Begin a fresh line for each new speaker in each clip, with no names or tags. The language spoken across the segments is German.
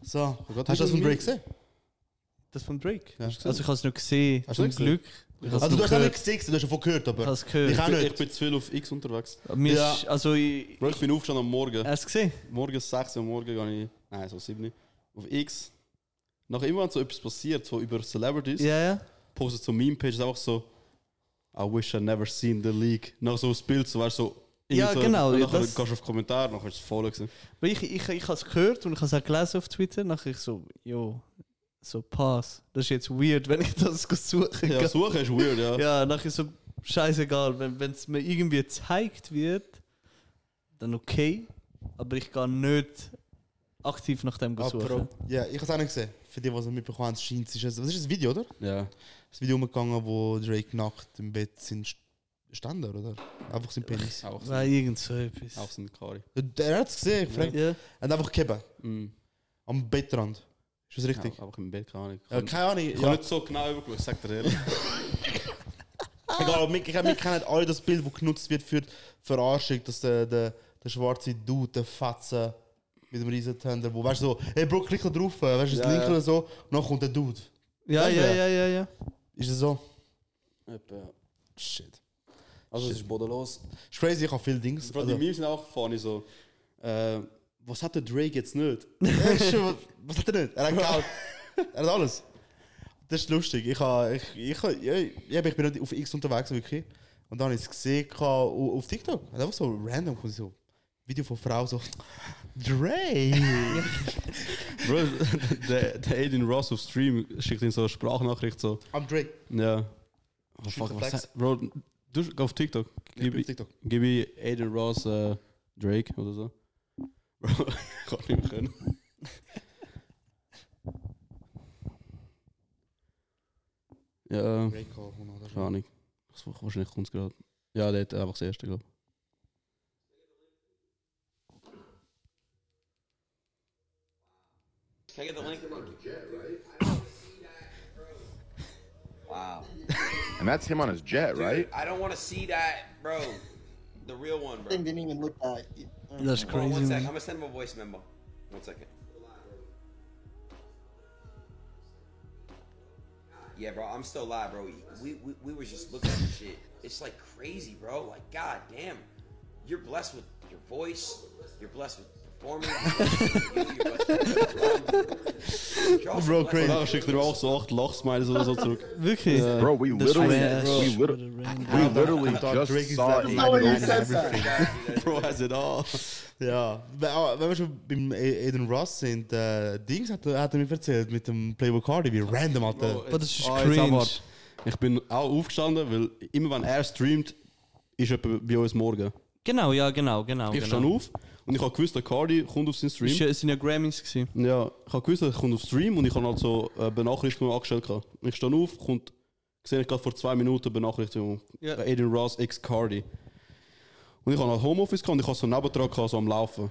So.
Oh Gott,
Hast du das von Drake gesehen?
Das von Drake.
Ja.
Also ich habe es nicht gesehen.
Hast du
zum
nicht gesehen?
Glück. Ich hab's
Also,
nur
du hast es nicht
gehört.
gesehen, du hast davon gehört, aber.
Ich habe es
Ich
gehört.
Ich bin,
auch nicht.
ich bin zu viel auf X unterwegs.
Mir
Ja.
ist, also ich,
Bro, ich bin aufgestanden am Morgen.
hast du gesehen?
Morgen 6 Uhr morgen gehe ich, nein, so 7 Uhr, auf X. Nachher immer, wenn so etwas passiert, so über Celebrities,
Ja, ja.
postet so Meme-Pages einfach so, I wish I never seen the league. Nach so das Bild, so weißt du, so.
Ja,
irgendwie so,
genau,
Und
ja,
nachher
das-
gehst du auf Kommentar, nachher ist es voll gewesen.
Weil ich, ich, ich habe es gehört und ich habe es auch gelesen auf Twitter. Nachher ich so, jo, so pass. Das ist jetzt weird, wenn ich das suche.
Ja, suchen ist weird, ja.
ja, nachher so, scheißegal. Wenn es mir irgendwie gezeigt wird, dann okay. Aber ich gehe nicht aktiv nach
Ah,
dem suchen.
Aber, ja, ich habe es auch nicht gesehen. Für die, die es nicht mitbekommen haben, scheint es. ist ein- Was ist das Video, oder?
ja.
Das Video umgegangen, wo Drake nackt im Bett sind St- Ständer, oder? Einfach sein Penis.
Auch so,
Weil irgend so etwas.
auch so ein Kari.
Er hat es gesehen, ich frage.
Ja.
Er hat einfach gegeben.
Mhm.
Am Bettrand. Ist das richtig?
Ja, einfach im Bett, keine Ahnung. Ich
Ja,
kann-
keine Ahnung.
ich habe
Ja,
nicht so genau übergeschaut, sag dir ehrlich.
egal, wir, ich glaub, wir kennen alle das Bild, das genutzt wird für die Verarschung, dass der, der, der schwarze Dude, der Fetzen mit dem riesen Tender, wo, weißt du, so, hey Bro, klick da drauf, weißt du, das
Ja,
Link
ja.
oder so, und dann kommt der Dude.
Ja,
Selber.
ja, ja, ja, ja.
Ist das so?
Etwa, ja.
Shit.
Also, es ist bodenlos.
Ist crazy, ich habe viele Dings.
Also,
also-
Vor allem die Memes sind auch funny so. Äh, was hat der Drake jetzt nicht?
Ja, ist schon- was hat er nicht? Er hat Geld. Er hat alles. Das ist lustig. Ich, ha, ich, ich, ha- ja, ja, ich bin nicht auf X unterwegs, wirklich. Und dann habe ich es gesehen gehabt au- auf TikTok. Und einfach so random kommt so Video von Frau so Dre.
Bro, der, der Aiden Ross auf Stream schickt ihm so eine Sprachnachricht so.
I'm Dre.
Ja. Oh,
Schickt
fuck,
einen
was
Flex.
hat, Bro, du geh auf TikTok.
Ich bin auf
Gib,
TikTok.
gib ich Aiden Ross äh, Drake oder so. Bro, ich kann nicht mehr können. Ja, äh,
Drake auch, oder?
keine Ahnung. Was- Wahrscheinlich kommt es gerade. Ja, der hat einfach das erste, glaube
Can I get the link? wow.
And that's him on his jet, right?
I don't want to see that, bro. The real one, bro.
thing didn't even look that.
Das ist
Hold on
crazy.
one sec. I'm
man.
gonna send him a voice memo. One second. Yeah, bro, I'm still live, bro. We we, we were just looking at the shit. It's like crazy, bro. Like, god damn, you're blessed with your voice. You're blessed with performing. You're blessed with- You're also
Bro,
blessed
crazy.
ich.
with-
Nachher schickt er auch so acht Lachsmiles oder so zurück.
Wirklich?
Bro, we
Das ist
literally,
trash.
we,
What a
liter-
random-
we literally
thought
just
Drake is
saw
that
it.
low.
like,
Nobody
Nobody
says
says that.
Bro, has it all.
Ja, wenn aber wenn wir schon beim A- Aiden Ross sind, äh, Dings hat, er- hat er mir erzählt mit dem Playboy Cardi, wie random hat er.
Boah, das ist
Ah, jetzt
cringe.
abwart. Ich bin auch aufgestanden, weil immer wenn er streamt, ist jemand bei uns morgen.
Genau, ja, genau, genau.
Ich
genau.
stand auf und ich habe gewusst, der Cardi kommt auf seinen
Ist
Stream.
ja- Es sind ja Grammys gewesen.
Ja, ich habe gewusst, er kommt auf den Stream und ich habe halt so äh, Benachrichtigungen angestellt. gehabt. Und Ich stand auf, kommt, sehe ich gerade vor zwei Minuten Benachrichtigung.
Ja.
Aiden Ross ex Cardi. Und ich habe halt Homeoffice gehabt und ich habe so einen Nebentrag gehabt, so am Laufen.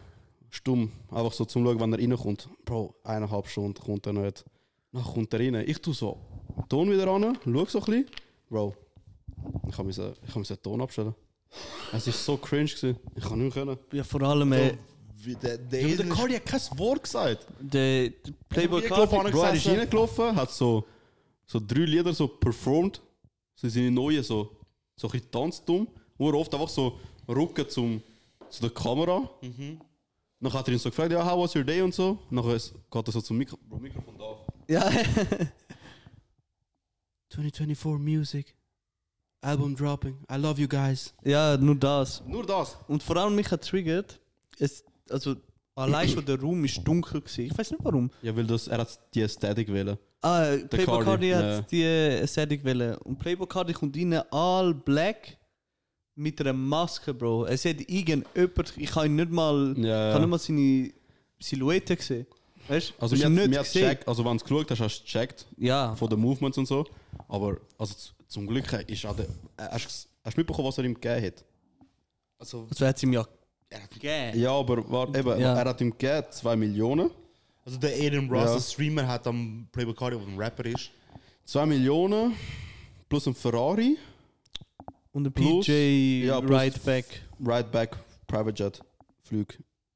Stumm, einfach so zum Schauen, wenn er reinkommt. Bro, eineinhalb Stunden kommt er nicht. Dann kommt er rein. Ich tue so den Ton wieder an, schau so ein bisschen. Bro, ich habe müssen, ich habe müssen den Ton abstellen. Es war so cringe. Gewesen. Ich kann nicht mehr können.
Ja, vor allem äh,
Wie der, der,
Ja, aber der
Aiden-
Cardi hat kein Wort gesagt.
der der Playboy
Ich glaub,
Cardi.
Alex-
Bro, er ist
gesessen.
reingelaufen, hat so, so drei Lieder so performt. So seine neuen, so, so ein bisschen tanzdumm. Und er oft einfach so Rücken zum, zu der Kamera. Dann hat er ihn so gefragt, ja, how was your day und so. Und dann geht er so zum Mikro Bro, Mikrofon da.
Ja.
2024 Music. Album dropping. I love you guys.
ja, nur das.
Nur das.
Und vor allem mich hat triggert, es, also allein schon der Raum ist dunkel gewesen. Ich weiß nicht warum.
Ja, weil das, er hat die Ästhetik wählen.
Ah,
Cardi,
Playboy Cardi
ja.
hat die Ästhetik welle und Playboy Cardi kommt rein all black mit einer Maske, Bro. Es hat irgendjemand, ich kann ihn nicht mal,
Ja,
ich
ja.
kann nicht mal seine Silhouette sehen. Weißt du?
Also,
Hast
mir
du
hat,
ihn
mir hat gecheckt, also wenn du es geschaut hast, hast du gecheckt.
Ja,
von den Movements und so. Aber also z- zum Glück ist auch der. äh, Hast, du ges- hast du mitbekommen, was er ihm gegeben hat?
also,
also hat sie ihm ja gegeben.
Ja, aber warte, eben,
Ja.
er hat ihm gegeben 2 Millionen.
also der Aiden Ross,
Ja.
der Streamer, hat am Playboy Cardi, der ein Rapper ist,
2 Millionen plus ein Ferrari,
Und ein
Plus-
PJ
ja, plus-
Right Back.
Right Back, Private Jet, Flug.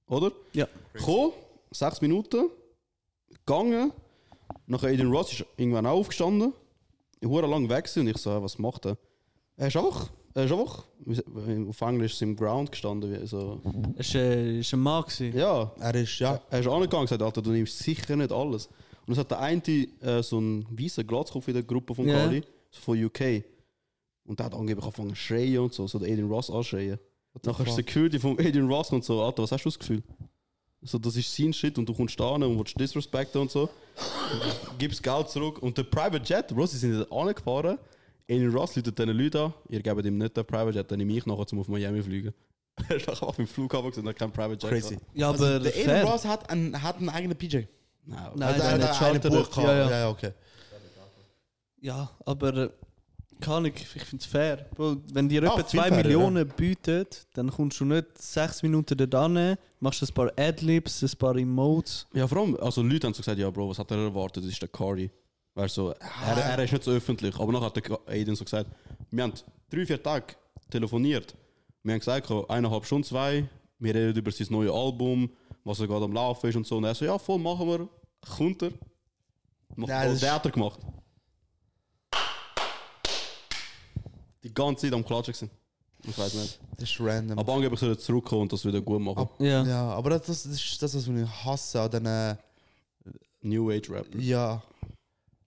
Oder?
Ja.
Komm, 6 Minuten, gegangen. Nachher Aiden Ross ist irgendwann auch aufgestanden. Ich war lang weg gewesen und ich so, «Hä, was macht er? Er ist einfach, er ist einfach, auf Englisch ist er im Ground gestanden. Wie, so.
Es war äh, ist ein Mann. gewesen.
Ja,
Er ist, ja.
er ist angegangen und gesagt, Alter, du nimmst sicher nicht alles. Und es hat der eine äh, so einen weißen Glatzkopf in der Gruppe von
Ja.
Kali, so von UK. Und der hat angeblich angefangen zu schreien und so, so den Aiden Ross anschreien. Nachher ist die Security vom Aiden Ross und so, Alter, was hast du das Gefühl? So, das ist sein Shit und du kommst da hin und willst disrespekten und so. Gibst Geld zurück. Und der Private Jet, Bro, sie sind da angefahren. Aiden Ross läutet diesen Leuten an, ihr gebt ihm nicht den Private Jet, dann nehme ich nachher, um auf Miami zu fliegen. Er ist nachher auf dem Flughafen gesehen, hat keinen Private Jet.
Crazy.
gehabt.
Ja,
Also,
aber
der
fair.
Aiden Ross hat einen, hat einen eigenen PJ.
Nein,
Nein, der
Also, er
hat
hat einen
chartert.
Buch gehabt.
Ja, ja.
ja, okay.
Ja, aber kann ich, ich finde es fair. Bro, wenn dir etwa
Ah, viel
2
fairer,
Millionen bietet, dann kommst du nicht 6 Minuten dort hin, machst ein paar Adlibs, ein paar Emotes.
Ja, vor allem, also Leute haben so gesagt, ja Bro, was hat er erwartet, das ist der Cardi. Weil so, er, er ist nicht so öffentlich, aber nachher hat der Ka- Aiden so gesagt, wir haben drei, vier Tage telefoniert. Wir haben gesagt, oh, eineinhalb Stunden, zwei, wir reden über sein neues Album, was er gerade am Laufen ist und so. Und er so, ja voll, machen wir. Kommt er. Macht,
Nein, das
Nein,
ist-
der hat er gemacht. Die ganze Zeit am Klatschen gewesen. Ich weiß nicht.
Das ist random.
Aber angeblich soll er zurückkommen und das wieder gut machen.
Ab-
Ja.
ja, aber das, das ist das, was wir hassen an den. Äh,
New Age Rapper.
ja.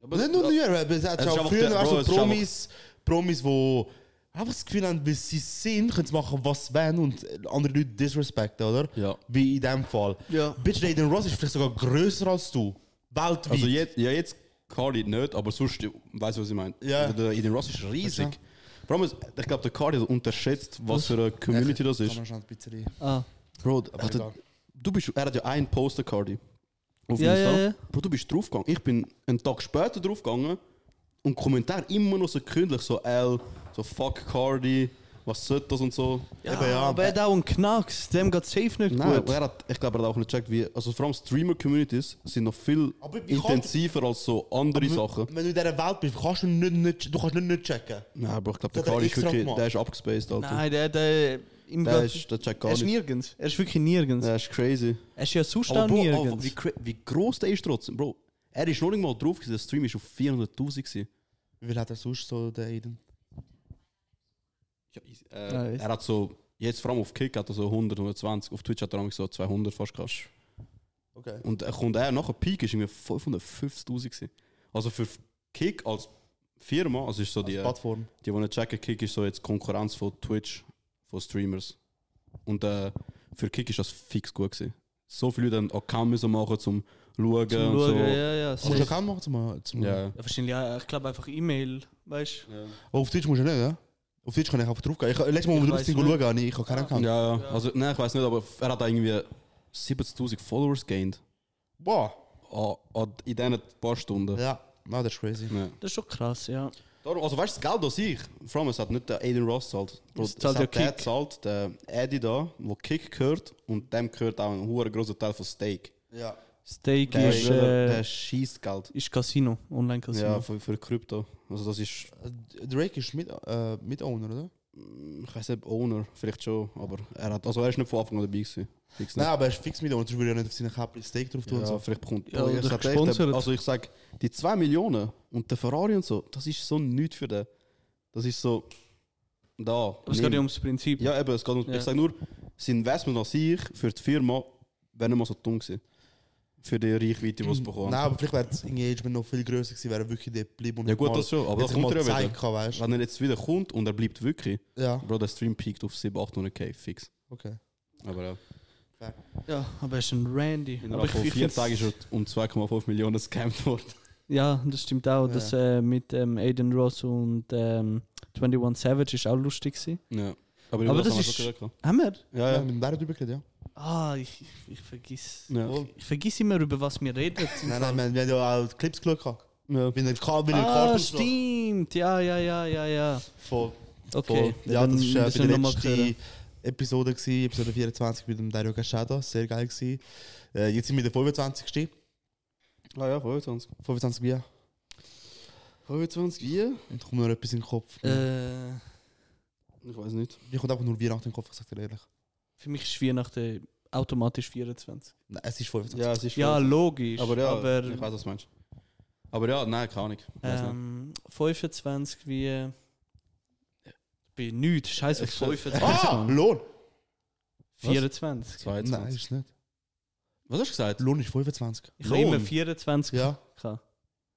nicht nur New Rapper, es hat
Es
schon
ist
auch
einfach
früher
der-
weißt,
Bro, es
so
ist
Promis, Promis, Ah, wo einfach das Gefühl haben, bis sie sind, können sie machen, was sie wollen und andere Leute disrespekten, oder?
Ja.
Wie in dem Fall.
Ja.
Bitch, Aiden Ross ist vielleicht sogar größer als du. Weltweit.
Also jetzt, ja, jetzt Cardi nicht, aber sonst, weißt du, was ich meine?
Ja.
Der- Der Eden Ross ist riesig. Vor allem, ich glaube, der Cardi hat unterschätzt, was für eine Community das ist.
Kann man schon ein bisschen rein.
Ah.
Bro, hat er,
egal.
du bist, er hat ja einen Poster, Cardi. Auf
Ja,
Insta.
ja, ja.
Bro, du bist draufgegangen. Ich bin einen Tag später draufgegangen und Kommentar immer noch so kündlich, so L, so fuck Cardi, was soll das und so.
Ja,
Eben, ja.
aber er hat auch einen Knacks. Dem geht safe nicht
Nein,
gut.
aber er hat, ich glaube, er hat auch nicht gecheckt, wie, also vor allem Streamer-Communities sind noch viel
Aber wie kann-
intensiver als so andere Sachen.
Wenn du in dieser Welt bist, kannst du nicht, nicht, du kannst nicht, nicht checken.
Nein, aber ich glaube, der
Das hat er
Karl ist
extra
wirklich,
gemacht.
der ist abgespaced, Alter.
Nein, der, der, ihm
der,
geht-
ist, der checkt
er
gar
ist
nicht.
nirgends. Er ist wirklich nirgends.
Der ist crazy.
Er ist ja sonst
Aber
auch
Bro, aber
nirgends.
wie, cra- wie gross der ist trotzdem, Bro. Er ist noch nicht mal drauf, gewesen, der Stream ist auf 400'000 gewesen.
Wie viel hat er sonst so, der Aiden?
Ja, easy.
Ja,
äh,
easy.
er hat so, jetzt vor allem auf Kick hat er so 100, 120, auf Twitch hat er nämlich so 200 fast gehabt.
Okay.
Und er kommt er nachher Peak ist irgendwie 550'000 gewesen. Also für Kick als Firma, also ist so die... äh,
Plattform.
die, die nicht checken, Kick ist so jetzt Konkurrenz von Twitch, von Streamers. Und äh, für Kick ist das fix gut gewesen. So viele Leute haben Account müssen machen, zum Schauen
Zum
und
Schauen,
so.
ja, ja.
Musst du
safe.
einen Account machen zum, zum
Ja.
ja wahrscheinlich, auch, ich glaube, einfach E-Mail. Weißt du?
Aber auf Twitch musst du nicht, ja? Auf Twitch kann ich einfach draufgehen. Ich, letztes Mal, wo
Ich
wir drauf
weiss
sind,
nicht.
schauen, habe ich ich habe keinen
Ja,
Account.
ja. Also, nein, ich weiß nicht, aber er hat da irgendwie 70.000 Followers gained.
Boah.
An, an, in diesen paar Stunden.
Ja, na, das ist crazy.
Ja.
Das ist schon krass, ja.
Darum, also weißt du, das Geld, das ich, vor allem, es hat nicht der Aiden Ross zahlt. Bro,
Es zahlt
es hat
ja
der
Kick.
zahlt, der Eddie da, wo Kick gehört und dem gehört auch ein hoher großer Teil von Steak.
Ja.
Steak
Der,
ist,
ist, der
äh,
schießt Geld.
ist Casino, Online-Casino.
Ja, für, für Krypto. Also das ist
Drake ist mit, äh, Mitowner, oder?
Ich weiß nicht, ob Owner, vielleicht schon, aber er, hat, also er ist nicht von Anfang an dabei gewesen. Fix
Nein,
nicht.
aber er ist fix Mitowner, sonst würde er nicht auf seinen Kappel Steak drauf tun.
Ja,
und so.
vielleicht bekommt
Ja,
Boah, ich
oder
sag echt,
gesponsert.
Also ich sage, die 2 Millionen und der Ferrari und so, das ist so nichts für den. Das ist so. Da.
Aber es
nimm.
geht ja ums Prinzip.
Ja, eben, es geht um.
Ja.
Ich sage nur, das Investment an sich für die Firma wäre nicht mal so dumm gewesen. Für die Reichweite,
Mm,
die sie bekommen
Nein,
haben.
aber vielleicht wäre das Engagement noch viel größer gewesen, wäre er wirklich dort geblieben und
Ja,
hat
gut,
mal-
das schon, aber
hat
das
sich
kommt
mal
ja wieder.
gezeigt, weißt
Wenn er jetzt wieder kommt und er bleibt wirklich,
du? Ja,
Bro, der Stream peakt auf 700, 800k, fix.
okay.
Aber ja.
Ja, aber er ist ein Randy.
In
aber
aber vor vier
find's-
Tagen ist er um 2,5 Millionen gescampt worden.
Ja, das stimmt auch. Das äh, mit ähm, Aiden Ross und ähm, 21 Savage ist auch lustig. Gewesen.
Ja. Aber,
Aber das
haben wir
ist-
schon geredet, oder?
Haben wir?
Ja,
Ja, ja.
mit dem Bär drüber geredet,
Ah, ich, ich, ich vergiss.
ja.
Wohl.
Ich vergiss immer, über was wir reden.
ja. Nein, nein, wir- wir haben ja auch Clips geschaut. gehabt.
ja.
Wie in der Ka- wie in der Karte
ah,
und so.
stimmt. Ja, ja, ja, ja, ja.
Voll.
Okay.
Voll. Ja, das
dann
ist äh,
müssen
bei
wir
der
noch mal hören.
letzten Episode, gewesen, Episode 24 mit dem Dario Cascada, sehr geil gewesen. Äh, jetzt sind wir in der 25.
Ah ja, 25.
25 Bier.
25 wie?
Und kommt mir noch etwas in den Kopf.
Äh,
Ich weiß nicht.
Mir kommt einfach nur Weihnachten in den Kopf, ich sag dir ehrlich.
für mich ist Weihnachten automatisch 24.
Nein, es ist 25.
Ja, es ist
Ja,
voll-
logisch.
aber also
Aber,
ja, ich weiß, was du meinst. Aber ja, nein, keine Ahnung. Weiß nicht.
ähm, 25 wie. Bei nichts. Scheiße,
Ich-
25.
Ah,
Mann.
Lohn!
24.
Nein,
22.
ist nicht.
Was hast du gesagt?
Lohn ist 25.
Ich habe immer
Lohn?
24
Ja.
gehabt.
Ich, hab,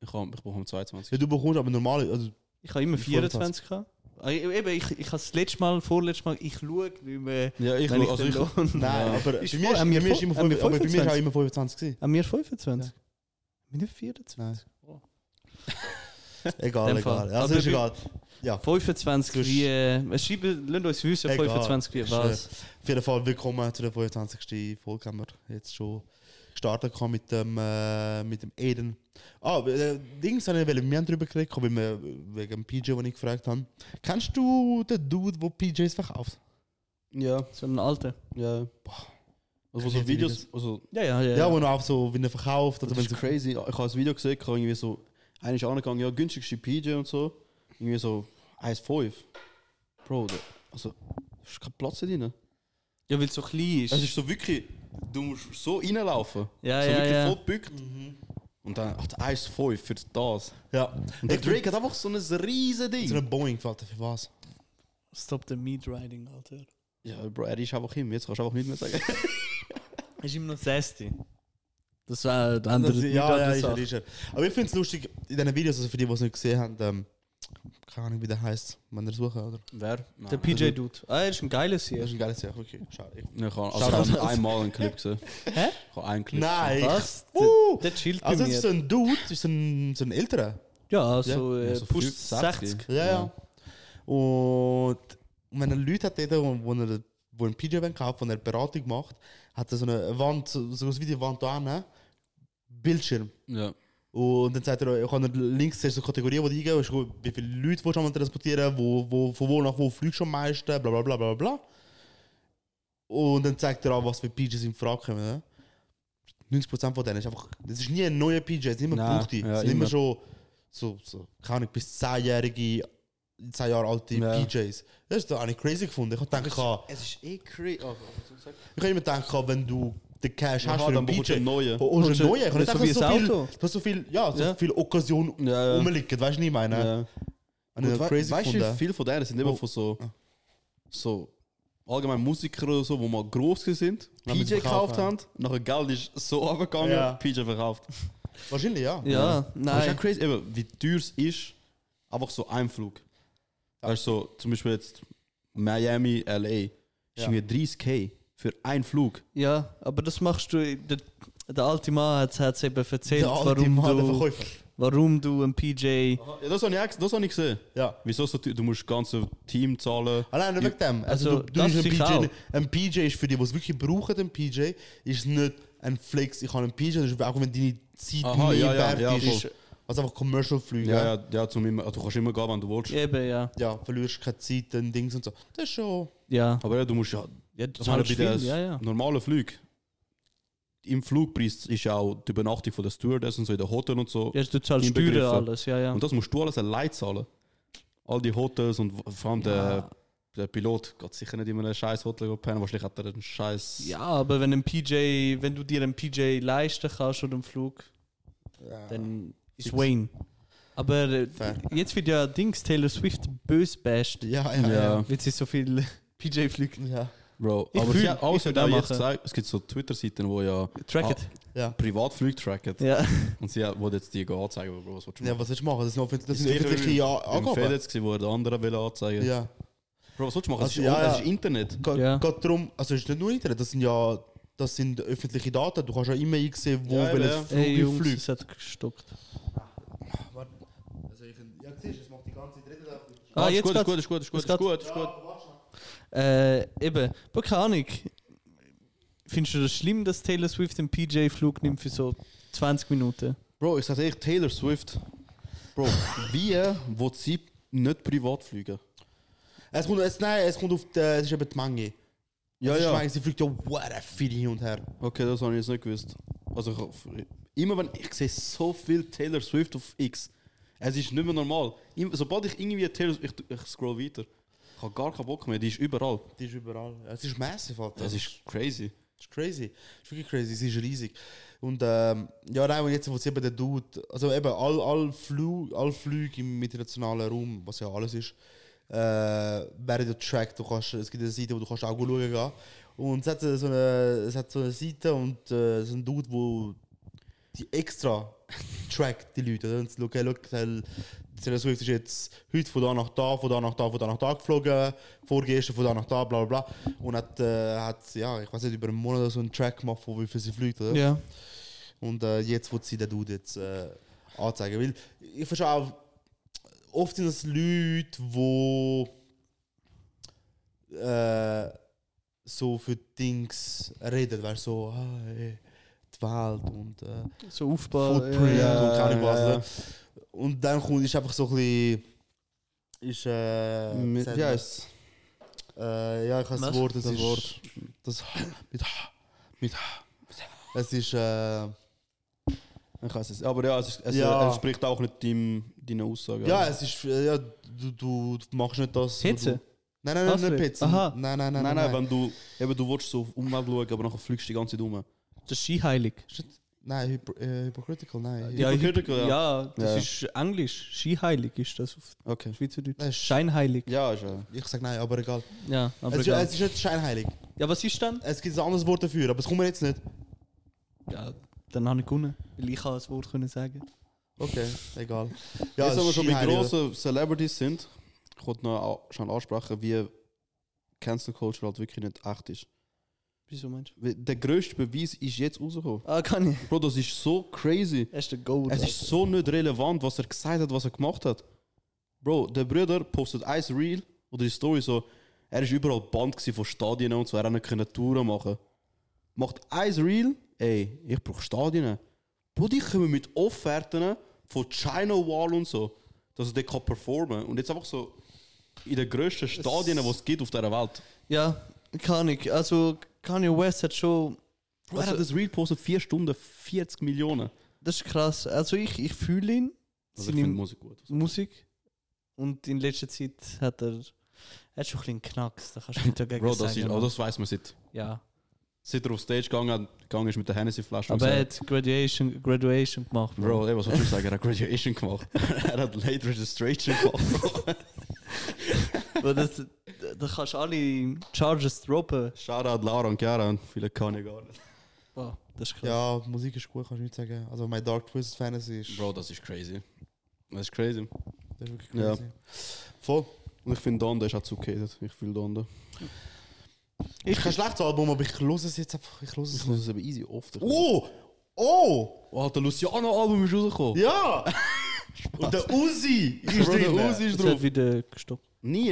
ich um bekomme 22.
Ja, du bekommst aber normal. Also,
Ich habe immer
Ich 24.
24 gehabt. Ah, Eben, ich, ich habe das letzte Mal, vorletzte Mal, ich schaue nicht mehr.
Ja, ich,
wenn ich
also
den
ich,
Lohn-
nein,
Ja.
aber
Ist
bei
voll-
mir ist, bei
haben wir
mir ist
voll-
immer
haben wir
25. Aber bei mir ist auch
25?
immer 25 gewesen.
An mir 25. Bin ich 24?
Nein.
Oh.
Egal,
Dem Fall.
egal. Also
Aber
ist
bei-
egal. Ja, auf
25
Du hast-
wie. Äh, schreiben, lasst uns wissen,
Egal.
25 wie
Ist,
was.
jeden Fall willkommen zu der 25. Folge haben wir jetzt schon gestartet gehabt mit dem, äh, mit dem Eden. Ah, äh, Dings habe ich, wollte- wir haben darüber geredet, weil wir wegen dem PJ, den ich gefragt habe. Kennst du den Dude, der PJs verkauft?
ja,
So ein alter.
ja. Also
Kenn ich
so Videos,
nicht.
also
Ja, ja, ja.
Ja, wo er auch so, wenn er verkauft oder
das
wenn
ist
sie
crazy. Ich habe ein Video gesehen, ich habe irgendwie so, einer ist angegangen, ja, günstigste PJ und so. Irgendwie so 1,5. Bro, da, also, es ist kein Platz ne? da drin.
ja weil es so klein ist.
Es ist so wirklich, du musst so reinlaufen.
Ja,
so
ja,
wirklich
ja.
voll gebückt.
Mhm.
Und dann hat 1,5 für das.
Ja.
Und der Drake hat einfach so ein riesen
So
Ding.
eine Boeing, Alter, für was?
Stop the meat riding, Alter.
Ja, Bro, er ist einfach ihm. Jetzt kannst du einfach nicht mehr sagen.
Ist immer noch 60. Das war die andere,
Das-
die
ja,
andere
ja, ist er,
Sache.
ist er. Aber ich finde es lustig, in diesen Videos, also für die, die es nicht gesehen haben, ähm, keine Ahnung, wie der heißt, wenn ihr suchen, oder?
Wer?
Der
Also,
PJ Dude. Ah, er ist ein geiles hier.
Das ist ein geiles Jahr, okay. Schau, ich
Ja, ich habe also ich hab einmal einen Clip gesehen.
Hä?
Ich habe einen Clip
Nein!
Was?
Ich, uh,
Der chillt
also,
bei
es
mir.
ist so ein Dude, es ist so ein, so ein älterer.
ja, so,
gesehen.
äh,
Ja, so
pusht
50,
60.
Ja, ja. Und wenn er Leute hat, dort, wo, wo er wo ein PJ kauft, wo er Beratung macht, hat er so eine Wand, so so wie die Wand da hinten, Bildschirm.
Ja.
Und dann sagt er, ich habe links zuerst so Kategorien, die du eingeben willst, wie viele Leute willst du einmal transportieren, wo, wo, von wo nach wo fliegst du am meisten, bla bla bla bla bla. Und dann zeigt er auch, was für PJs in Frage kommen. Ne? 90% von denen ist einfach, das ist nie ein neuer PJ, es sind immer
Nein,
gebrauchte.
ja,
es sind immer
immer.
schon so, so keine Ahnung, bis 10-jährige, 10 Jahre alte
Ja.
PJs. Das ist doch eigentlich crazy gefunden. Ich habe gedacht,
Es ist eh crazy. Oh,
ich habe immer gedacht, wenn du den Cash
Aha,
hast für
dann
einen
bekommst
PJ,
du einen neuen.
Oh,
Und
schon
so-
neu. Ich habe
und
nicht
so
einfach
wie
so
ein
viel,
Auto.
du hast so viel, ja, so
Ja.
viel Occasion
Ja, ja.
rumliegen, weißt du, was ich meine?
ja.
Und ich
Und
hab
we
crazy
weißt du,
gefunden.
viele von denen sind immer
Oh.
von so, so allgemein Musiker oder so, die mal gross gewesen sind,
Dann haben sie
PJ gekauft
verkauft,
haben, nachher Geld ist so runtergegangen,
halt. Ja.
PJ verkauft.
Wahrscheinlich, ja.
Ja,
Das ist
nein.
auch crazy, eben, wie teuer es ist, einfach so ein Flug. Weißt du, so, zum Beispiel jetzt Miami, LA, ist irgendwie 30k für einen Flug.
Ja, aber das machst du. Der, der alte Mann hat es eben erzählt,
Der alte
warum
Mann, der
du,
Verkäufer.
warum du ein PJ.
Ja, das habe ich, auch ges- das hab ich gesehen.
Ja.
Wieso so teuer? Du musst das ganze Team zahlen.
Allein nur wegen dem. Also,
Also,
du, du
das
bist ein
sicher
PJ.
auch.
Ein PJ ist für die, die es wirklich brauchen, ein PJ, ist nicht ein Flex. Ich habe einen PJ, das ist auch wenn deine Zeit
Aha,
mehr
ja, ja,
wert
ja,
ist.
voll.
Was einfach Commercial Flüge.
Ja, ja, ja zum immer, also du kannst immer gehen, wenn du willst.
Eben, ja.
ja, verlierst keine Zeit, dann Dings und so. Das ist schon.
Ja,
Aber ja, du musst ja.
Ja, du
das halt haben wir
zahlst
bei den
viel, ja, ja.
normalen Flügen. Im Flugpreis ist ja auch die Übernachtung von der Stewardess und so in den Hotels und so.
ja du zahlst
inbegriffen.
Steuern alles. Ja, ja.
Und das musst du alles allein zahlen. All die Hotels und w- vor allem der, der Pilot geht sicher nicht in einem scheiß Hotel pennen. Wahrscheinlich hat er einen scheiß.
Ja, aber wenn ein PJ, wenn du dir einen PJ leisten kannst oder einen Flug, dann ist Wayne. Aber äh,
Fair.
jetzt wird ja Dings Taylor Swift bös basht,
Ja, ja, ja.
Ja.
weil sie so viel PJ fliegt.
Ja,
Bro.
Ich
aber
fühl-
sie hat auch
ich
sie hat
fühl
auch
auch
jetzt
jetzt.
gesagt, es gibt so Twitter-Seiten, wo ja
Track it.
ja.
Privatflüge tracken.
Ja.
Und sie hat- wollte jetzt die gehen anzeigen, Bro, was willst du
ja
machen?
was willst du machen? Das sind öffentlich- das sind
Sicher
öffentliche A-
Im
Angaben.
FedEx, gewesen, wo er den anderen will anzeigen
Ja.
Bro, was sollst du machen?
Also,
es, ist,
ja,
es
ja.
ist Internet.
Geht
Ja.
geht darum, also es ist nicht nur Internet, das sind ja das sind öffentliche Daten. Du kannst ja immer einsehen, wo
Ja, eben,
welches
ja.
Flug
Ey, Jungs,
fliegt.
es hat gestoppt.
Also ich, ja, siehst, es macht die ganze dritte Sache.
Ah,
ist
jetzt
gut, ist
geht's.
gut, ist gut, ist gut,
Jetzt
ist
geht's.
gut, ist gut.
Äh, eben, aber keine Ahnung. Findest du das schlimm, dass Taylor Swift einen PJ-Flug nimmt für so 20 Minuten?
Bro, ich sag ehrlich, Taylor Swift. Bro, wie will sie nicht privat fliegen?
Es kommt, es, nein, es kommt auf die, es ist eben die Menge.
Ja,
es ist die
ja.
Menge, sie fliegt ja what viel hin und her.
Okay, das habe ich jetzt nicht gewusst. Also, ich, immer wenn ich sehe so viel Taylor Swift auf X, es ist nicht mehr normal. Im- Sobald ich irgendwie Taylor Swift, ich, ich scroll weiter. Ich habe gar keinen Bock mehr, die ist überall.
Die ist überall. Es ist massive, Alter.
Das ist crazy.
Das ist crazy. Das ist wirklich crazy. Sie ist riesig. Und ähm, ja, nein, und jetzt, wo sie eben der Dude, also eben all, all, Flü all Flüge im internationalen Raum, was ja alles ist, äh, werden ja tracked. Du kannst, es gibt eine Seite, wo du kannst auch schauen gehen. Und es hat so eine, es hat so eine Seite und äh, so ein Dude, wo die extra trackt die Leute. Oder? Und sie schauen, hey, schau, der Taylor Swift ist jetzt heute von da nach da, von da nach da, von da nach da geflogen, vorgestern von da nach da, bla bla bla. Und hat, äh, hat ja, ich weiß nicht, über einen Monat oder so einen Track gemacht, von wie viel sie fliegt. Oder?
Ja.
Und äh, jetzt wird sie den Dude jetzt äh, anzeigen. Weil ich verstehe auch, oft sind das Leute, die äh, so für Dings reden, weißt du, so, ah, ey, die Welt und äh,
So aufbauen. äh,
Footprint
eh, Ja,
und keine Ahnung was.
ja, ja.
oder? Und dann kommt, ist einfach so ein bisschen. Ist, äh,
Mit,
sagt
wie
man?
heisst
äh, ja, ich habe das
Was?
Wort, das,
Das
ist,
Wort.
Das H- mit H. Mit H. Es ist. Äh,
Ich weiß es. Aber ja, es, ist, es
Ja.
entspricht auch nicht deinem, Also, deiner Aussage.
ja, es ist. äh, Ja, du, du machst nicht das. wo
Hitze?
Du, nein, nein, nein,
Ausweg.
nicht Pizza.
Aha.
Nein, nein, nein.
Nein,
nein,
nein, wenn du eben du willst so auf die Umwelt schauen, aber nachher fliegst du die ganze Zeit um.
Das ist scheinheilig.
Nein, hypo, äh, hypocritical, nein.
Ja,
Hypocritical,
ja.
ja.
das
Ja.
ist Englisch. Scheinheilig ist das auf
Okay.
Schweizerdeutsch.
Nein, sch-
Scheinheilig.
Ja, ist ja.
Ich sag nein, aber egal.
Ja, aber
Es ist,
egal.
es ist nicht scheinheilig.
Ja, was ist denn?
Es gibt ein anderes Wort dafür, aber es kommt mir jetzt nicht.
Ja, dann habe ich gewonnen. Weil ich kann das Wort können sagen.
Okay, egal.
Ja, Jetzt,
es
wenn wir
ist
schon mit
scheinheilig, oder?
grossen Celebrities sind, ich wollte noch a- schnell ansprechen, wie Cancel Culture halt wirklich nicht echt ist.
Wieso meinst
Weil Der grösste Beweis ist jetzt rausgekommen.
du? Ah, kann ich.
Bro, das ist so crazy.
Er ist der Gold.
Es ist so nicht relevant, was er gesagt hat, was er gemacht hat. Bro, der Bruder postet ein Reel oder die Story so, er ist überall Band gewesen von Stadien und so, er hat nicht können Touren machen. Macht ein Reel, ey, ich brauche Stadien. Bro, die kommen mit Offerten von China Wall und so, dass er dort performen kann. Und jetzt einfach so in den grössten Stadien, die es gibt auf dieser Welt.
Ja, kann ich. Also, Kanye West hat schon.
Bro, er hat das Reel postet 4 Stunden 40 Millionen.
Das ist krass. Also, ich, ich fühle ihn.
Also ich
seine
finde Musik gut.
Musik. Und in letzter Zeit hat er. Er hat schon ein bisschen Knacks. Da kannst du nicht dagegen
Bro,
sagen.
das, ist, oh, das weiß man seit
ja.
seit er auf Stage gegangen, gegangen ist mit der Hennessy-Flasche. und
Aber er
gesagt,
hat Graduation, Graduation gemacht.
Bro, ey, was soll ich sagen? Er hat Graduation gemacht. er hat Late Registration gemacht. Bro.
Weil das, da kannst du alle Charges droppen.
Shoutout Laura und Chiara und viele kann ich gar nicht.
Wow, das ist krass.
Ja, Musik ist gut, kannst du nicht sagen. Also mein Dark Twisted Fantasy ist,
Bro, das ist crazy. Das ist crazy.
das ist wirklich
Ja.
crazy. Voll.
Und ich finde Donda ist auch zugehatet. Ich fühle Donda.
Ich kein schlechtes Album, aber ich höre es jetzt einfach. Ich höre es
Das
nicht.
ist aber easy oft. Oh,
Oh! Oh!
oh der Luciano-Album ist rausgekommen.
Ja! Und der Uzi ist
Bro, der
drin.
Uzi ist
das hat
drauf.
wieder gestoppt.
Nie.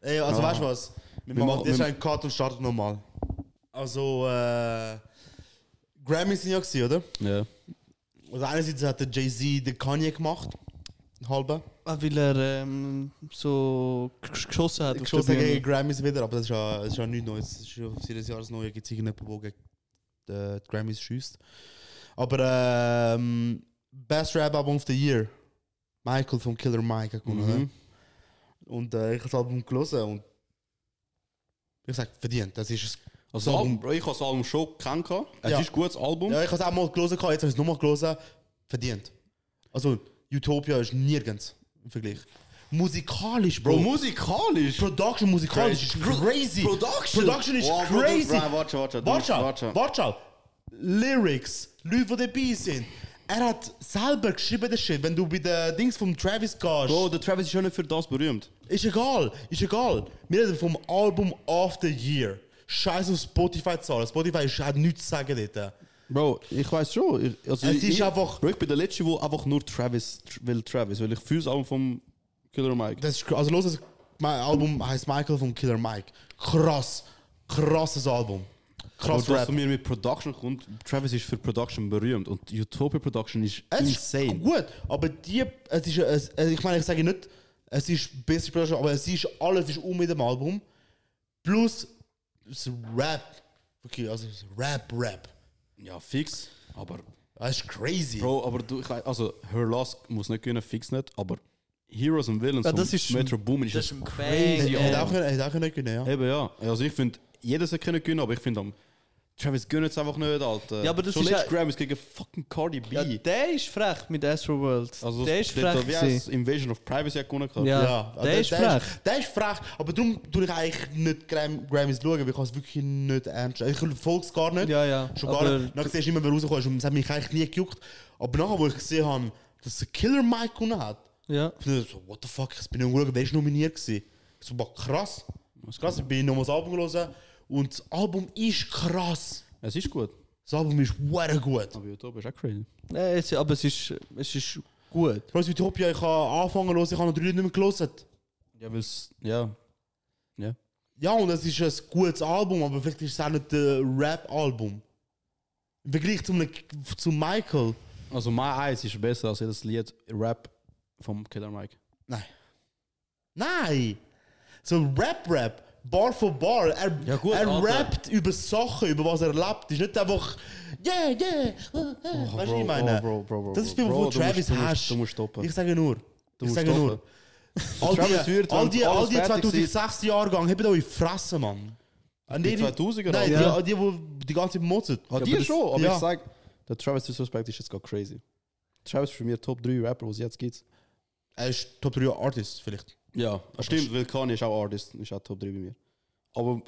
Ey, also weißt du was? Wir,
Wir
machen
machen-
jetzt
wir-
einen Cut und starten nochmal. Also, äh. Grammys sind ja gewesen, oder?
Ja.
Also einerseits hat der Jay-Z den Kanye gemacht. Halber.
Ah, weil er ähm, so gesch- geschossen hat. auf
Ich
der
schaue
Bühne.
gegen Grammys wieder, aber das ist ja, das ist ja nichts Neues. Es ist ja auf jedes Jahr das Neue, gibt es irgendjemanden, der gegen äh, die, die Grammys schießt. Aber ähm, Best Rap Album of the Year. Michael von Killer Mike hat gewonnen.
Mhm.
oder? Und äh, ich habe das Album gelesen und ich sag verdient. Das ist es.
Also,
Das
das
Album-
Album, Bro, ich habe das Album schon gekannt. Es
Ja.
ist ein gutes Album.
Ja, ich habe es auch mal gelesen, gehabt, jetzt habe ich es nochmal gelesen. Verdient. Also Utopia ist nirgends im Vergleich. Musikalisch, Bro.
Bro, musikalisch.
Production musikalisch ist crazy.
Production.
Production ist
Oh, Bro,
crazy.
Bro, warte, warte,
Warte,
warte.
warte. Lyrics, Leute, die dabei sind. Er hat selber geschrieben, das Shit. Wenn du bei den Dings vom Travis gehst,
Bro, der Travis ist schon nicht für das berühmt.
ist egal, ist egal. Wir reden vom Album of the Year. Scheiß auf Spotify-Zahlen. Spotify ist- hat nichts zu sagen dort.
Bro, ich weiß schon. Ich, also
Es
ich,
ist
ich,
einfach-
Bro, ich bin der Letzte, der einfach nur Travis tr- will, Travis, weil ich fühle es auch vom Killer Mike.
Das ist, cr- also los, das- mein Album heißt Michael von Killer Mike. Krass. Krasses Album.
Aber
Krass
dass
Rap.
von mir mit Production kommt, Travis ist für Production berühmt und Utopia Production ist
Es
insane.
ist gut, aber die, es ist, es, es- ich meine, ich sage nicht, es ist besser Production, aber es ist alles ist um mit dem Album. Plus das Rap. Okay, also das Rap, Rap.
Ja, fix. Aber
Das ist crazy.
Bro, aber du, ich weiß, also Her Loss muss nicht gewinnen, fix nicht, aber Heroes and Villains
Ja,
von
das ist-
Metro Boomin ist
das ist
ein
ein
crazy.
Banger.
hätte
Album.
auch, hätte auch nicht können, ja.
Eben ja. Also ich finde, jeder soll können gewinnen, aber ich finde am Travis gönnt es einfach nicht, Alter.
Ja, aber das
Schon
ist
letztes
ja-
Grammys gegen fucking Cardi B.
Ja, der ist frech mit Astro World.
also,
der ist
der hat
frech.
da wie
gewesen.
als Invasion of Privacy hat gewonnen. gehabt.
Ja. der
also
ist frech.
Ist, der ist frech, aber darum tue ich eigentlich nicht Gram Grammys schauen, weil ich kann es wirklich nicht ernst nehmen. Ich verfolge es gar nicht.
Ja, ja,
Schon gar
aber-
nicht. Nachher siehst du immer, wer rausgekommen ist und es hat mich eigentlich nie gejuckt. Aber nachher, wo ich gesehen habe, dass der Killer Mike gewonnen hat,
Ja.
ich bin so, what the fuck, ich bin nicht geschaut, wer ist nominiert gewesen? Ich so, boah, krass. Krass, ich bin nochmal das Album gelesen und das Album ist krass.
Es ist gut.
Das Album ist sehr gut.
Aber YouTube ist auch crazy.
Nein, Äh, es, aber es ist, es ist gut.
Rose Utopia, ich habe angefangen los, ich habe noch drei Leute nicht mehr gelesen.
Ja, weil es. Ja. Ja.
Ja, und es ist ein gutes Album, aber vielleicht ist es auch nicht ein Rap-Album. Im Vergleich zu, einem, zu Michael.
Also, My Eyes ist besser als jedes Lied Rap vom Killer Mike.
Nein. Nein! So Rap-Rap, Bar for Bar. Er,
Ja, gut,
er
Alter.
rappt über Sachen, über was er erlebt. Ist nicht einfach, yeah, yeah. äh, äh. weißt du, was ich meine?
oh, bro, bro, bro,
das ist
bro,
wie
bro,
wo
du
Travis
musst- du musst-
hast.
du musst stoppen.
Ich sage nur. Ich
musst
sage nur. All
Travis
die,
wird,
all
wenn
die, all
alles
die
fertig
2006 Jahrgang, hebt euch Fresse, Mann. An
Die 2000er
Nein,
Alter.
die, an die, die die ganze Zeit motzen.
Ah,
Ja,
die
aber das-
schon, aber
ja.
ich sag, der Travis Disrespect ist jetzt gerade crazy. Travis ist für mich Top 3 Rapper, was jetzt gibt.
Er ist Top 3 Artist, vielleicht.
Ja, stimmt, weil Kanye ist auch Artist, ist auch Top 3 bei mir. Aber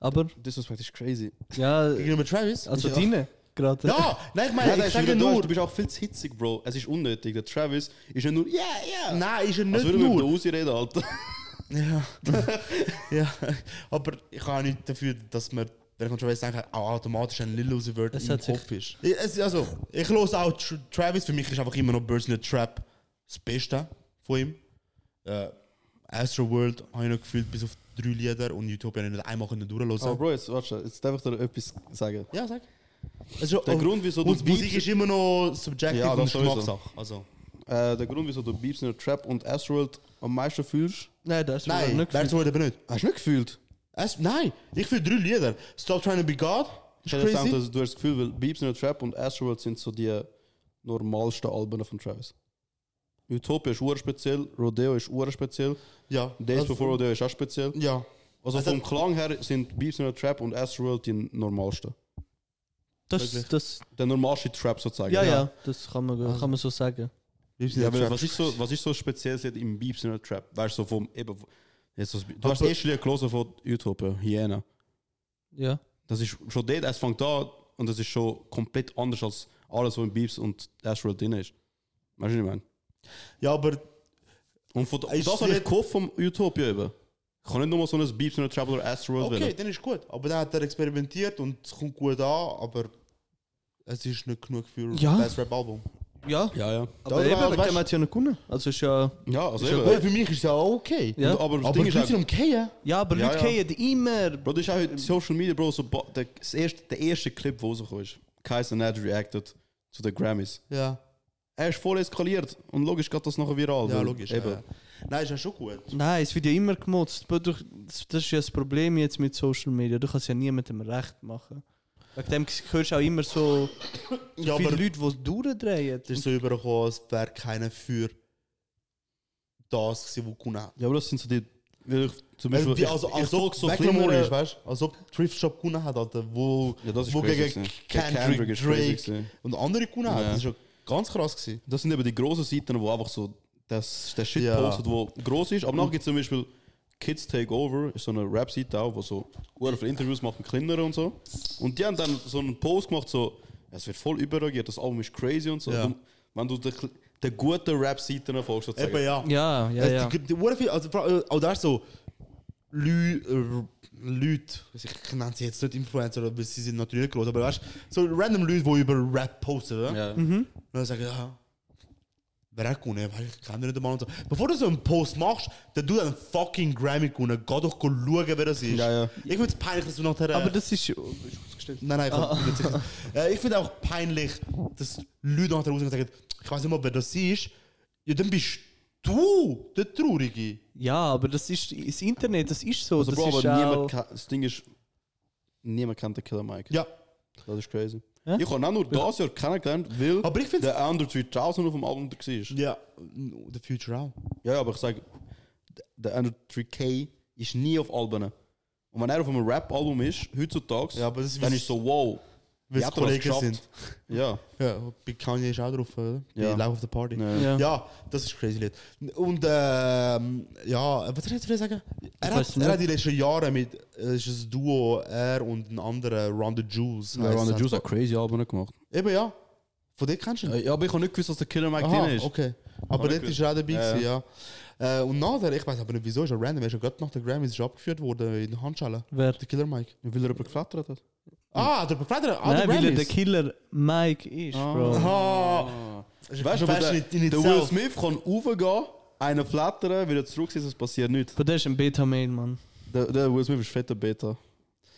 Aber
Disrespect ist crazy.
ja,
Gegenüber Travis?
also
ja.
deine gerade.
Ja, nein, ich meine,
Nein,
ich
ich
sage
du,
nur.
du bist auch viel zu hitzig, Bro. Es ist unnötig. Der Travis ist ja nur, yeah, yeah.
Nein, ist er
Als
nicht
würde man mit der
nur.
Uzi reden, Alter.
Ja. ja. Aber ich kann nicht dafür, dass man, wenn man Travis denkt, auch automatisch ein Lil Uzi Word
Es
im
hat sich-
Kopf ist. Ich- es- Also, ich los auch Tr- Travis, für mich ist einfach immer noch Burst in the Trap das Beste von ihm. Äh, Astro World habe ich noch gefühlt bis auf drei Lieder und Utopia habe ich nicht einmal können durchlösen.
Aber Bro, jetzt, warte, schon, jetzt darf ich dir etwas sagen.
ja, sag. Also,
Der Grund, wieso du
und die Musik
Beats-
ist immer noch subjective
Ja, das
und
sowieso.
Geschmackssache. Also.
Äh, der Grund, wieso du Beeps in der Trap und Astroworld am meisten fühlst,
Nein, das ist
Nein,
nicht.
Bert Ward eben nicht.
hast du nicht gefühlt.
Es, nein, ich fühle drei Lieder. Stop Trying to Be God.
Ich
Ist
hätte gesagt,
crazy.
dass du hast das Gefühl, weil Beeps in der Trap und Astroworld sind so die normalsten Alben von Travis. Utopia ist urspeziell, Rodeo ist urspeziell,
Ja.
Days
also-
Before Rodeo ist auch speziell.
Ja.
Also,
Also-
vom Klang her sind Beeps in der Trap und Astroworld die normalsten.
Das, das,
Der normalste Trap sozusagen.
ja, ja, das kann man, kann man so sagen.
Ja, aber was ist so, was ist so speziell im Beeps in der Trap? Weißt du, so vom eben. Jetzt, so- du hast eh
Aber-
erst Lied gelesen von Utopia, Hyena.
Ja.
Das ist schon dort, es fängt an und das ist schon komplett anders als alles, was in Beeps und Astral drin ist. Weißt du, was ich meine?
Ja, aber
Und von, und
Ist
das habe
Lied-
ich gekauft vom Utopia eben. Ich kann nicht nur so ein Beeps in der Trap oder Astral
okay,
wählen.
dann ist gut. Aber dann hat er experimentiert und es kommt gut an, aber es ist nicht genug für
Ja.
das Rap-Album.
Ja,
Ja, ja.
aber
Da-
eben,
aber
wegen
weißt-
dem hat ja nicht gewonnen. Also ist ja.
Ja, also
Ja,
eben.
für mich ist es ja auch okay.
Ja.
Und- Aber das
Aber
Ding
die
ist
Leute sind
auch,
umgehen.
Ja, aber
Ja,
Leute
ja.
gehen immer.
Bro, das ist auch heute Social Media, Bro, so, bo- der, das erste, der erste Clip, der rausgekommen ist. Kaiser Ned reacted zu den Grammys.
Ja.
Er ist voll eskaliert und logisch geht das nachher viral.
Ja,
weil
logisch.
Eben.
ja. Nein, ist ja schon gut.
Nein, es wird ja immer gemotzt. Aber durch- Das das ist ja das Problem jetzt mit Social Media. Du kannst ja niemandem recht machen. Wegen dem hörst du auch immer so, so
Ja,
viele
aber
Leute, die durchdrehen.
es ist so übergekommen, als wäre keiner für das, gewesen, was gewonnen hat.
Ja, aber das sind so die. Weil ich, zum
Also,
Beispiel,
die,
ich-
also,
ich,
als ob
folge
so
so
Macklemore
Flimmer
ist, weißt du? Als ob Thrift Shop gewonnen hat, Alter, wo,
Ja, das ist
wo
crazy
gegen
gewesen. Gegen
Kendrick,
Kendrick ist crazy
Drake
gewesen.
und andere gewonnen hat.
Ja.
Das ist ja ganz krass gewesen.
Das sind eben die grossen Seiten, wo einfach so das, der Shit
Ja.
postet, wo gross ist. Aber nachher gibt es zum Beispiel Kids Take Over, ist so eine Rap-Seite auch, wo so sehr viele Interviews macht mit Kindern und so. Und die haben dann so einen Post gemacht, so, es wird voll überreagiert, das Album ist crazy und so.
Ja.
Du, wenn du den, Kl- den guten Rap-Seiten folgst, sozusagen.
Eben, ja.
Ja, ja,
Also,
ja.
Die, die, die, viel- also, vor allem, äh, auch da ist so Lü, äh, Leute, also ich nenne sie jetzt nicht Influencer, weil sie sind natürlich groß, aber weißt du, so random Leute, die über Rap posten, ja?
Ja.
und dann sagen, ja, wer hat gewonnen? Weil Ich kenne nicht mal und so. Bevor du so einen Post machst, dann du einen fucking Grammy gewonnen, geh doch schauen, wer das ist.
Ja, ja.
Ich finde es peinlich, dass du nachher...
Aber das ist.
Nein, nein, ich hab- bin sicher. Äh, Ich finde auch peinlich, dass Leute nachher rausgehen und sagen, ich weiß nicht mal, wer das ist. Ja, dann bist du der Traurige.
Ja, aber das ist. Das Internet, das ist so.
Also,
das
Bro,
ist
aber niemand
auch,
kann, das Ding ist, niemand kennt den Killer Mike.
Ja.
Das ist crazy.
Hä?
Ich habe auch nur das Jahr kennengelernt, weil
Aber ich find's-
der Under 3000 auf dem Album war. Ja,
Ja, mm, The Future auch.
ja aber ich sage, der Under 3K ist nie auf Alben. Und Und wenn er auf einem Rap-Album ist, heutzutage,
Ja, aber das ist-
dann ist so, wow,
Weil
wie
es
hat er das
Kollegen
geschafft?
sind.
Ja.
Ja, bei Kanye ist auch drauf, oder?
Ja.
Bei Live of the Party.
Ja.
Ja.
Ja.
das ist crazy Lied. Und ähm, ja, was soll ich jetzt wieder sagen? Er
weiß
hat,
nicht.
er hat die letzten Jahre mit, äh, es ist ein Duo, er und ein anderer, Run the Juice.
Ja,
heisst
Ron the
es.
Juice hat crazy Alben gemacht.
Eben ja, von dir kennst du ihn.
Ja, aber ich habe nicht gewusst, dass der Killer Mike
Aha,
drin ist.
okay. Aber
Hab ich
dort ist er auch dabei,
Ja,
gewesen, ja. Äh, und nachher, ich weiß aber nicht wieso, ist er random, er ist ja gerade nach der Grammys ist er abgeführt worden in der Handschellen.
Wer?
Der Killer Mike.
Weil er jemanden geflattert hat.
Ah, der Befreiter, ah, der
Nein, weil er der
Grammys.
Killer Mike ist, Bro.
Ah, Das ist
Weißt du, aber der,
Fashion in
der Will
itself.
Smith kann raufgehen, einen flattern, wieder zurück ist, es passiert nichts.
Aber der ist ein Beta-Mail, Mann.
Der, der Will Smith ist fetter Beta.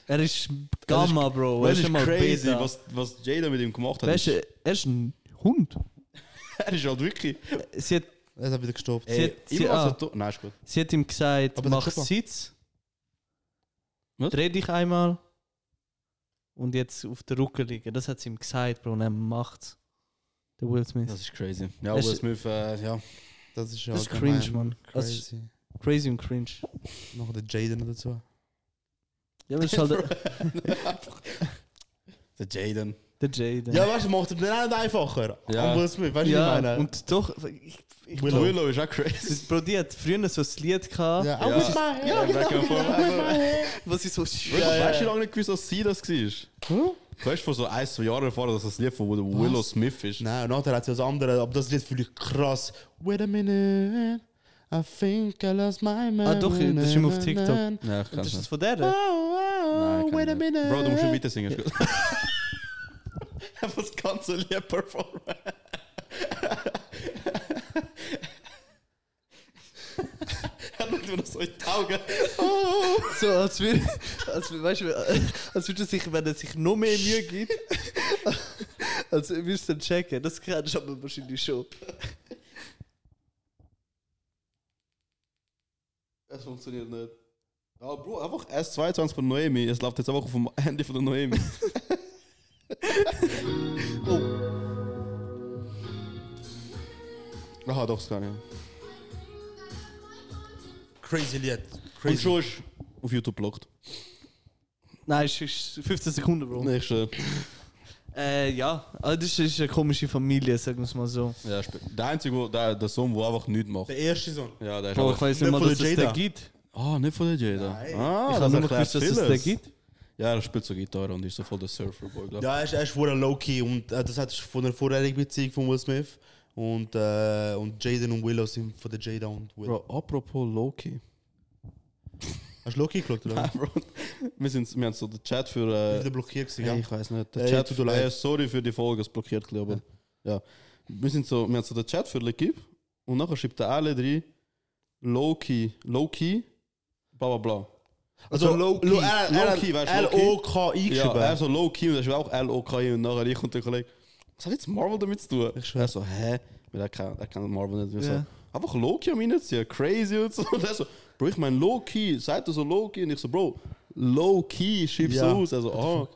Er ist Gamma, Bro. Er
Weißt
ist
du,
schon mal
crazy,
Beta.
was, was Jada mit ihm gemacht hat.
Weißt du, er ist ein Hund.
er ist halt wirklich.
Sie hat,
Er hat wieder gestoppt.
Äh,
Sie hat- sie-
immer
ah.
als er also tot- Nein, ist gut.
sie hat ihm gesagt,
Aber der
mach
Chopper-
Sitz.
Was?
Dreh dich einmal. Und jetzt auf der Rücken liegen. Das hat sie ihm gesagt, Bro. Und er macht's. Der Will Smith.
Das ist crazy. Ja,
Weißt
Will
du-
Smith, äh, ja.
Das ist ja
Das ist
allgemein
cringe, Mann. Das ist
Crazy.
crazy und cringe.
Noch der Jaden dazu.
Ja, aber das ist halt
Der Jaden.
der Jaden.
Ja, weißt du, macht er den auch nicht einfacher.
Ja.
Am Will Smith, weißt du,
Ja,
was ich meine?
und doch, ich, ich
Willow.
Willow.
Willow ist auch crazy.
Bro, die hat früher so ein Lied gehabt,
ja, auch
Ja. genau.
ja. mit meinem. Ja,
Back and forth.
wo sie so
Willow, weißt du,
ja,
wie
ja. Hm?
lange nicht gewusst, dass sie das war?
Huh?
Du hast vor so ein, zwei Jahren erfahren, dass das Lied von Willow Smith ist.
Nein, und nachher hat sie das andere, aber das Lied fühle ich krass. Wait a minute, I think I lost my man.
Ah, doch, das ist immer auf TikTok.
Ja, ich kann
Das ist das
nicht.
von
Oh,
der?
oh,
Nein,
wait a
kann nicht.
minute.
Bro, du musst schon weiter singen. Einfach das ganze Lied performen. Er schaut mir noch so in die Augen.
So, als würde, als, wür- weißt du, als würde sich, wenn er sich noch mehr Mühe gibt, als würdest du dann checken. Das kennst du aber wahrscheinlich schon.
Es funktioniert nicht. Ja, Bro, einfach S22 von Noemi. Es läuft jetzt einfach auf dem Handy von der Noemi. oh. Aha, doch, es kann ja.
Crazy Lied.
Und schon ist auf YouTube blockt.
Nein, es ist 15 Sekunden, Bro.
Nächste.
Äh, ja, Ah, das ist eine komische Familie, sagen wir es mal so.
Ja, sp- der einzige, wo, der, der Sohn, der einfach nichts macht.
Der erste Song.
Ja, der ist
Bro,
einfach-
ich weiß
nicht
nicht mal,
von
dass
der
es den
Jada.
gibt.
Ah, nicht von der Jada. Ah,
Ich
das
habe nicht mal
erklärt
gewusst, dass es
vieles.
den gibt.
Ja, er spielt so Gitarre und ist so voll der Surferboy, glaube ich.
Ja, er ist, er ist vorher low-key und äh, das hat von der vorherigen Beziehung von Will Smith. Und, äh, und Jaden und Willow sind von der Jada und Willow.
Bro, apropos Loki.
Hast du low-key geschaut, oder?
Bro, wir, sind, wir haben so den Chat für.
Ist wieder
Äh,
blockiert gewesen,
hey,
gell?
ich weiß nicht. Der
Hey,
Chat
tut
für.
mir leid.
Äh, sorry für die Folge, es blockiert, glaube ich. Ja. Wir, sind so, wir haben so den Chat für L'Equipe und nachher schreibt der alle drei Loki, Loki, bla bla bla.
Also
Low-key.
Lo- er- er hat
Low-key, weißt du,
L-O-K-I
Ja,
geschrieben.
er so Loki und das ist auch L-O-K-I und nachher ich und der Kollege. Was hat jetzt Marvel damit zu tun? Ich
schwör.
er so, hä? Weil er kann, er kann Marvel nicht. Wir
Ja.
So, einfach Loki am reinziehen, crazy und so. Und er so, Bro, ich mein Loki, seid ihr so Loki? Und ich so, Bro, Loki, schieb's
Ja.
aus. Also, ah.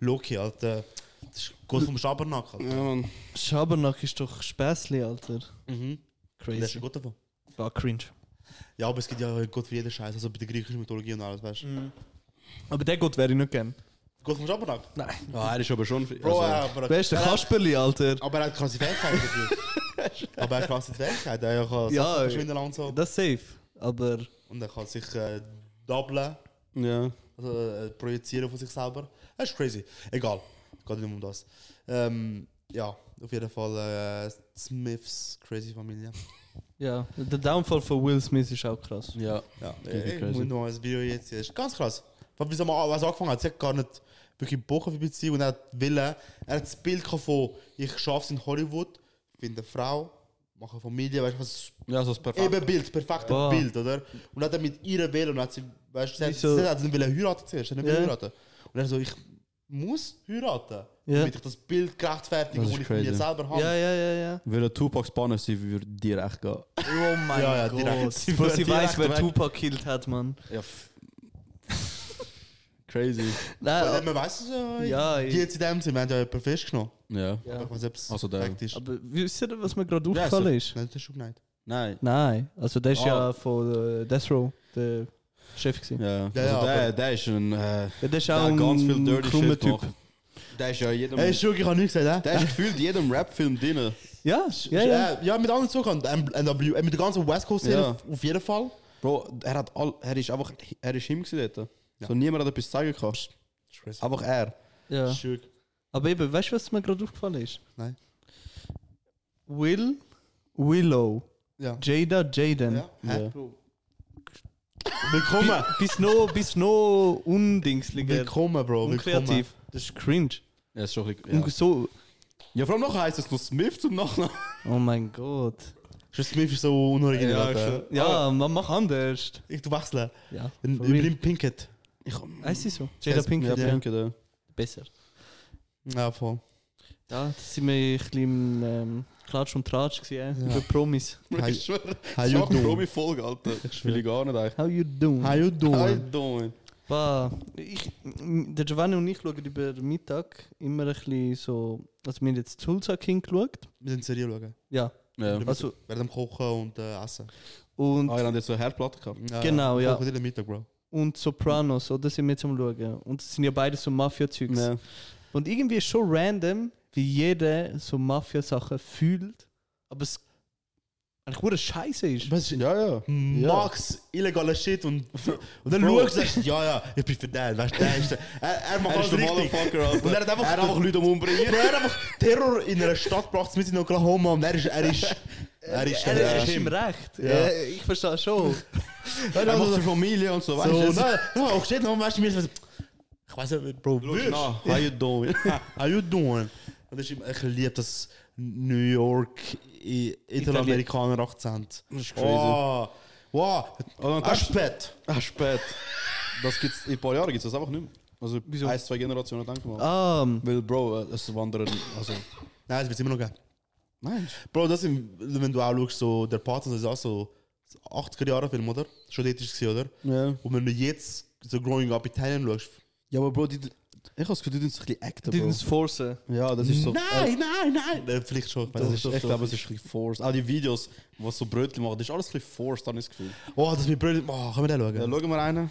Loki, Alter. Das ist Gott vom Schabernack, Alter.
Ja, Mann.
Schabernack ist doch Späßli, Alter.
Mhm.
Der ist
Crazy.
ein Gott davon.
War cringe.
Ja, aber es gibt ja Gott für jeden Scheiß, also bei der griechischen Mythologie und alles, weißt du.
Aber der Gott wäre ich nicht gern.
Gott vom Schabernack.
Nein.
Ja, er ist aber schon. Also,
Bro, er- aber,
Wer ist der
er-
Kasperli, Alter?
aber er hat krasse Fähigkeiten dafür. aber er hat krasse Fähigkeiten. Er kann
Ja,
Sachen
ey.
verschwinden und so.
Das safe. Aber
Und er kann sich äh, doppeln,
Ja.
also äh, projizieren von sich selber. Das ist crazy. Egal. Geht nicht um das. Ähm, ja, auf jeden Fall äh, Smiths crazy Familie.
ja, der Downfall von Will Smith ist auch krass.
Ja.
Ja,
Irgendwie
ich
crazy.
muss noch ein Video jetzt sehen. Ist ganz krass. Weil bis er mal was angefangen hat, sie hat gar nicht wirklich Bock auf die Beziehung und er hat Willen. Er hat das Bild gehabt von ich schaff's in Hollywood, finde eine Frau, mache eine Familie, weißt du, was
Ja, so ist perfekt.
eben Bild, perfektes
Ja.
Bild, oder? Und hat er mit ihr wählen und hat sie, weißt du, sie, hat-
Wieso?
sie hat nicht wollen heiraten zuerst, sie hat nicht
Ja.
wollen heiraten. Und er so, ich muss heiraten,
Ja.
damit ich das Bild gerechtfertige,
Das
das
ist
ich von
crazy.
mir selber habe.
Ja, ja, ja, ja.
Würde Tupac Spanisch sein, würde dir echt gehen.
Oh mein
Ja, ja, direkt.
Sie, Bro, sie
direkt
weiß, wer
weg.
Tupac killt hat, Mann.
Ja. crazy.
Weil
Nein,
man weiß es ja,
Ja,
die jetzt in dem sind, wir haben ja jemanden festgenommen.
Ja.
Ja.
Ich weiß nicht, ob es
Also der-
perfekt ist.
aber wisst ihr, was mir gerade
Ja, also
aufgefallen ist?
Nein, das ist schon geneigt.
Nein.
Nein, also der ist
Ah.
ja von äh, Death Row, der Chef gewesen.
Ja, also
ja,
der,
aber-
der ist ein. Äh,
Ja, der ist
der
auch
hat ganz
ein
viel dirty
krummer
shit
Typ.
gemacht. Der ist ja in
Ähm,
jedem.
Ey, Schug, ich habe nichts gesagt, hä?
der ist gefühlt in jedem Rap-Film drin.
Ja, ja, ja.
Äh, ja, mit anderen Zugang. NW, äh, mit der ganzen West Coast Szene
Ja.
auf, auf jeden Fall.
Bro, er hat all, er ist einfach, er ist ihm gewesen dort. So niemand hat etwas zeigen können. Einfach er.
ja.
Schug.
Aber eben, weißt du, was mir gerade aufgefallen ist?
Nein.
Will, Willow,
Ja.
Jada, Jaden.
Ja. Hä?
Ja.
Willkommen.
Bis noch, bis noch undingsliger.
Willkommen, Bro. Willkommen.
Unkreativ. Das ist cringe.
Ja, ist schon ein bisschen,
Und
ja.
so.
ja, vor allem noch heisst es noch Smith zum Nachnamen.
Oh mein Gott.
Schon Smith ist so unoriginell. Ja,
Ja, man macht anders.
ich tu wechseln.
Ja.
Dann
for real.
Übernimm Pinkett.
Ich,
Ah, ist sie so? Jada
Heißt-
Pinkett,
ja,
ja.
Pinke, der.
Besser.
Ja, voll.
Ja, da sind wir ein bisschen im ähm, Klatsch und Tratsch gewesen, ja. über Promis.
Hi.
Ich schwöre,
How
das
you
macht
doing?
Promi Folge, Alter. Ich will ich gar nicht eigentlich.
How you doing?
How you
How
doing?
you doing?
Bah, ich, m- der Giovanni und ich schauen über Mittag immer ein bisschen so, also wir haben jetzt Tulsa King geschaut.
Wir sind Serie schauen.
Ja,
Ja.
also
Während dem Kochen und äh, Essen.
und,
Ah, ihr habt jetzt so eine Herdplatte gehabt.
Ja,
Genau, ja.
Kochen jeden Mittag, Bro.
und Sopranos, oder sind wir jetzt am schauen. Und das sind ja beide so Mafia-Zeugs.
Ja.
Und irgendwie ist schon random, wie jeder so Mafia-Sachen fühlt, aber es eigentlich nur Scheiße ist.
Was ist
Ja, ja.
Max, illegaler Shit und, und dann
Bro.
schaust du und sagst, ja, ja, ich bin für den, weißt du, der ist der. Er, er macht
Er
alles
ist der
richtig.
Motherfucker, Alter.
Und er hat einfach,
Er hat einfach Leute am Umbringen.
er hat einfach Terror in einer Stadt gebracht, mit in Oklahoma und er ist, er ist, er ist, äh,
Er
der-
ist im Recht.
Ja.
Ja, ich verstehe schon.
Er macht für Familie und so, weißt
So,
du?
nein, nein, auch steht noch, weißt du, mir ist was- ich weiß nicht, Bro,
Schau
wirst
nach, How you doing?
How you doing? Und ich, ich liebe das New York I- Italoamerikaner Akzent. Das
ist crazy. Oh,
Wow, wow.
Und dann
Das ist spät.
Ah, spät. Das gibt's, in ein paar Jahren gibt es das einfach nicht mehr. Also
Wieso?
ein, zwei Generationen, denke ich mal.
Ah,
Weil, Bro, äh, es wandern. Also,
Nein, es wird immer noch geben.
nein.
Bro, das sind, wenn du auch schaust, so, der Paten ist auch so 80er-Jahre-Film, oder? Schon dort ist es, oder?
Ja.
Und wenn du jetzt so Growing Up Italien schaust.
Ja, aber Bro, die, ich habe das Gefühl, die tun sich ein bisschen acten,
die
Bro.
uns forcen.
Ja, das ist so. äh,
nein, nein! Äh, vielleicht schon. Ich weiß
das
nicht.
ist, ich glaube, es ist ein bisschen forced. Auch die Videos, die so Brötchen machen, das ist alles ein bisschen forced, habe ich das Gefühl.
Oh, das mit Brüder. Oh, können wir den schauen?
Ja, schauen wir einen.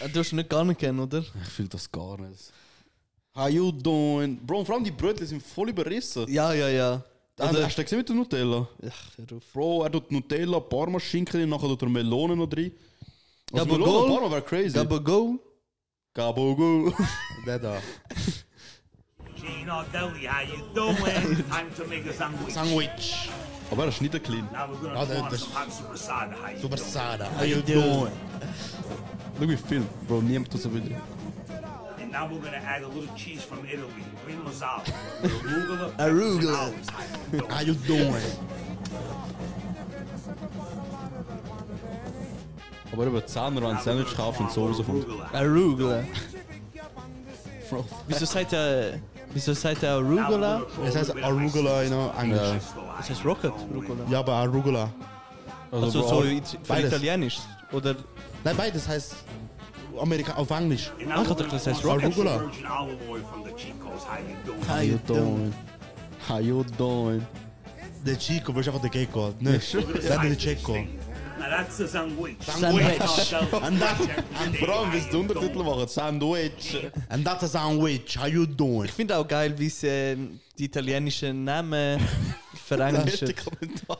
Ah, Du hast ihn nicht gar nicht kennen, oder?
Ich fühle das gar nicht. How you doing? Bro, und vor allem die Brötchen sind voll überrissen.
Ja, ja, ja.
Also,
Oder?
hast du gesehen mit der Nutella?
Ach, hör auf.
Bro, er tut Nutella, Parma-Schinken rein, nachher tut er Melonen noch drin. Also
Gabagol?
Melonen und Parma wäre crazy.
Gabba Go?
Gabogo.
Der da.
Gino Deli, how you doing? Time to make a sandwich.
Sandwich.
Aber er ist nicht clean.
Now we're
Oh,
gonna
that-
go on
that's-
some hot supersada. How you
Super
doing?
Sada. How you doing?
Schau wie viel. Bro, niemand tut so wieder.
And now we're gonna add a little cheese from Italy, green mazzala, arugula,
Arugula.
olives. How you
How
doing?
you doing?
Aber über 10 Euro ein
Now we're
Sandwich
gonna
kaufen,
go on
so kommt.
arugula.
Arugula.
Bro,
Wieso seid ihr. Wieso seid ihr
Now we're
Arugula?
gonna go
Es heißt
with
Arugula, you know, Englisch.
ice. How
Das heißt
you
Rocket,
doing?
Arugula.
Ja, aber Arugula.
Also
Bro,
so
Ar-
it- für
beides.
Italienisch. Oder.
Nein, beides heißt Amerika auf Englisch.
And now
Ach,
we're
das
gonna
heißt
go on some
Arugula.
extra Virgin olive oil from the Chicos. How you doing?
How you doing? How you doing?
Der Chico wirst einfach der Gecko. Ne, sag der Chico.
Now that's a sandwich.
Sandwich.
And that,
Vor allem, wie sie den Untertitel machen. Sandwich.
and that's a sandwich. How you doing?
Ich finde auch geil, wie sie ähm, die italienischen Namen verenglischen.
Kommentare.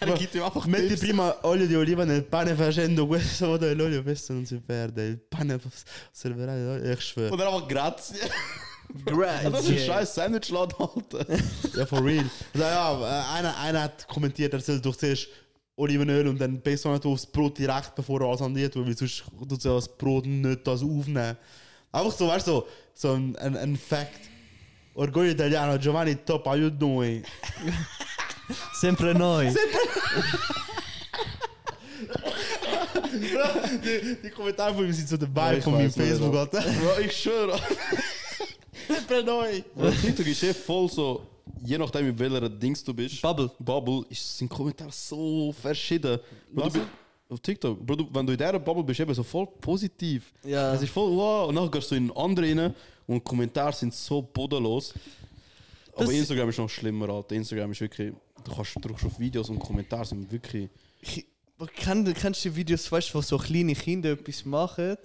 Er gibt ihm einfach
Metti
Tipps.
prima olio di oliva nel pane facendo questo modo dell'olio questo non si perde il pane servirà l'olio eh, ich schwöre
Und er einfach Grazie. Das ist ein
Grazie.
scheiß Sandwichladen, Alter.
ja for real also, ja, äh, einer, einer hat kommentiert er soll doch zuerst Olivenöl und dann besser nicht aufs Brot direkt bevor er alles anliert weil sonst tut ja das Brot nicht das aufnehmen einfach so weißt du so, so ein, ein, ein Fact Orgoglio italiano Giovanni top how you doing
Sempre noi.
die, die Kommentare von ihm sind so dabei
Ja, ich
von meinem
weiß nicht,
Facebook
ja.
Alter
Bro, ich schwöre.
Sempre noi
Bro, TikTok ist eh voll so, je nachdem, in welcher Dings du bist.
Bubble.
Bubble ist sind Kommentare so verschieden. Bro, du bist, auf TikTok, Bro, du, wenn du in dieser Bubble bist, eben so voll positiv.
Ja.
Es ist voll wow. Und nachher gehst du in andere rein und Kommentare sind so bodenlos. Aber
Das-
Instagram ist noch schlimmer, Alter. Instagram ist wirklich. Du kannst drückst auf Videos und Kommentare sind wirklich.
Kenn, kennst du die Videos, weißt, du, wo so kleine Kinder etwas machen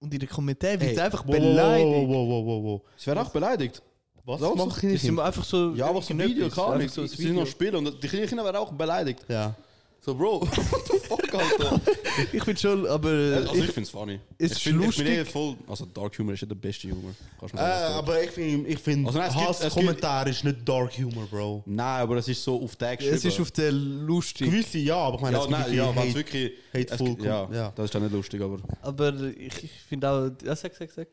und in den Kommentaren wird
Ey,
einfach
Wow,
beleidigt?
Wow, wow, wow, wow, wow.
Sie werden auch beleidigt.
Was
Lass
machen
doch
kleine
Die sind
Kinder?
einfach so.
Ja, aber so ein Video,
irgendetwas,
keine Ahnung.
einfach so
Sie
ein
sind noch
Video.
Spieler und die kleinen Kinder werden auch beleidigt.
Ja.
So, Bro, what the fuck, Alter?
Ich bin schon, aber.
Also,
ich,
ich find's funny.
Ist
ich find, ich
lustig.
bin eh voll. Also, Dark Humor ist ja der beste Humor. Kannst du mir
Äh,
sagen, was du-
aber ich finde, ich find,
Also nein, es gibt- es gibt-
Hasskommentar ist nicht Dark Humor, Bro.
Nein, aber es ist so auf den
es ist auf der lustig.
Gewisse ja, aber ich meine,
ja, nein, ja, wenn es wirklich.
hateful
es, ja,
kommt, ja.
das ist dann nicht lustig, aber.
Aber ich, ich finde auch. Ja, sag, sag, sag.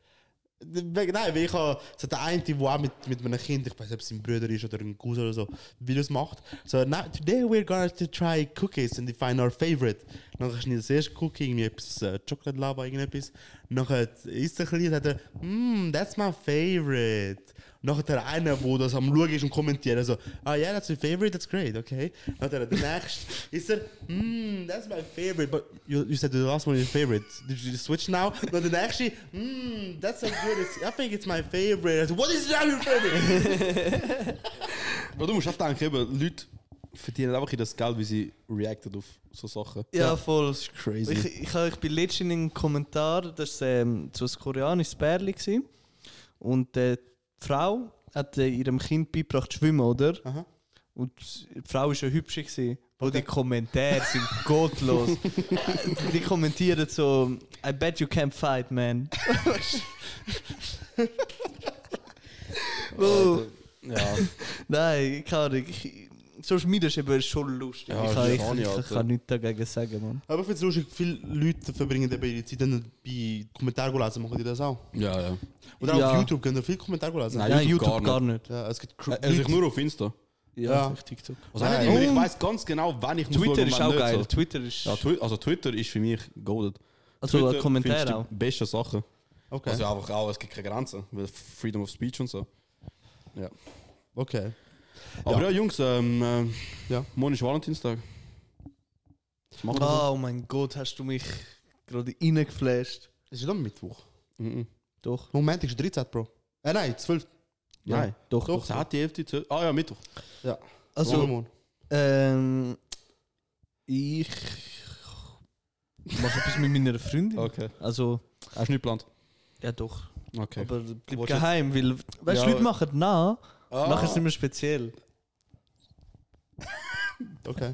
Wegen- Äh, Nein, weil ich habe, es hat der eine, der auch mit, mit einem Kind, ich weiß nicht, ob es sein Bruder ist oder ein Cousin oder so, Videos macht. So, now, today we're going to try cookies and define our favorite. Dann schneidet er das erste Cookie, irgendwie etwas äh, Chocolate Lava, irgendetwas. Nachher isst er ein bisschen und sagt er, mm, that's my favorite. Nachher der eine, der das am Schauen ist und kommentiert, also, ah yeah, that's your favorite, that's great, okay. Nachher der nächste isst er, mm, that's my favorite, but you, you said the last one is your favorite. Did you switch now? Now the next, mm, that's so good, it's, I think it's my favorite. I said, What is that your favorite?
Aber du musst auch denken, eben, Leute verdienen einfach das Geld, wie sie reacten auf so Sachen.
Ja, voll.
Das ist crazy.
Ich, ich, hab- ich bin letztens in einem Kommentar, das war ähm, so ein koreanisches Pärchen. gsi. Und äh, die Frau hat äh, ihrem Kind beigebracht zu schwimmen, oder? Und die Frau war schon hübsch. gsi. Und die Kommentare sind gottlos. Äh, die kommentieren so: I bet you can't fight, man. Bro,
ja,
nein, keine Ahnung. Ich, Social Media ist eben schon lustig.
Ja,
ich, kann, ich,
funny,
ich, ich
Alter.
kann nichts dagegen sagen, Mann.
Aber ich finde es lustig, viele Leute verbringen eben ihre Zeit dann bei Kommentaren lesen, machen die das auch.
ja, ja.
Oder auch
Ja.
auf YouTube können viele Kommentare lesen.
Nein.
Ja,
YouTube
YouTube
gar Äh, also
gar nicht.
Ja, es gibt
Er sich nur auf Insta.
Ja,
Ja.
auf TikTok.
Also,
Nein.
Nein. Ich weiß ganz genau, wann ich
Twitter
muss
ist
schauen,
auch
und wann
geil.
nicht so.
Twitter ist.
Ja, Twi also Twitter ist für mich golden.
Also,
Twitter
Kommentare
findest du
auch.
die besten Sachen.
Okay.
Also einfach auch, es gibt keine Grenzen, weil Freedom of Speech und so. Ja.
okay.
Aber ja, Jungs, ähm, ähm,
Ja.
morgen ist Valentinstag. Was machen wir
Ah, Oh mein Gott, hast du mich gerade reingeflasht.
Es ist am Mittwoch.
so? Mhm.
Doch.
Moment, ist 13, Bro. Äh, nein, 12.
Nein.
Doch,
Doch,
doch.
doch hat die Hälfte. zu- Ah ja, Mittwoch.
Also,
Vollmond.
ähm, ich mache etwas mit meiner Freundin.
Okay.
Also,
Hast du nicht geplant?
ja doch.
Okay.
Aber bleib
Willst du
geheim, weil, weißt du,
Ja.
Leute machen nah,
Ah.
nachher ist es nicht mehr speziell.
Okay.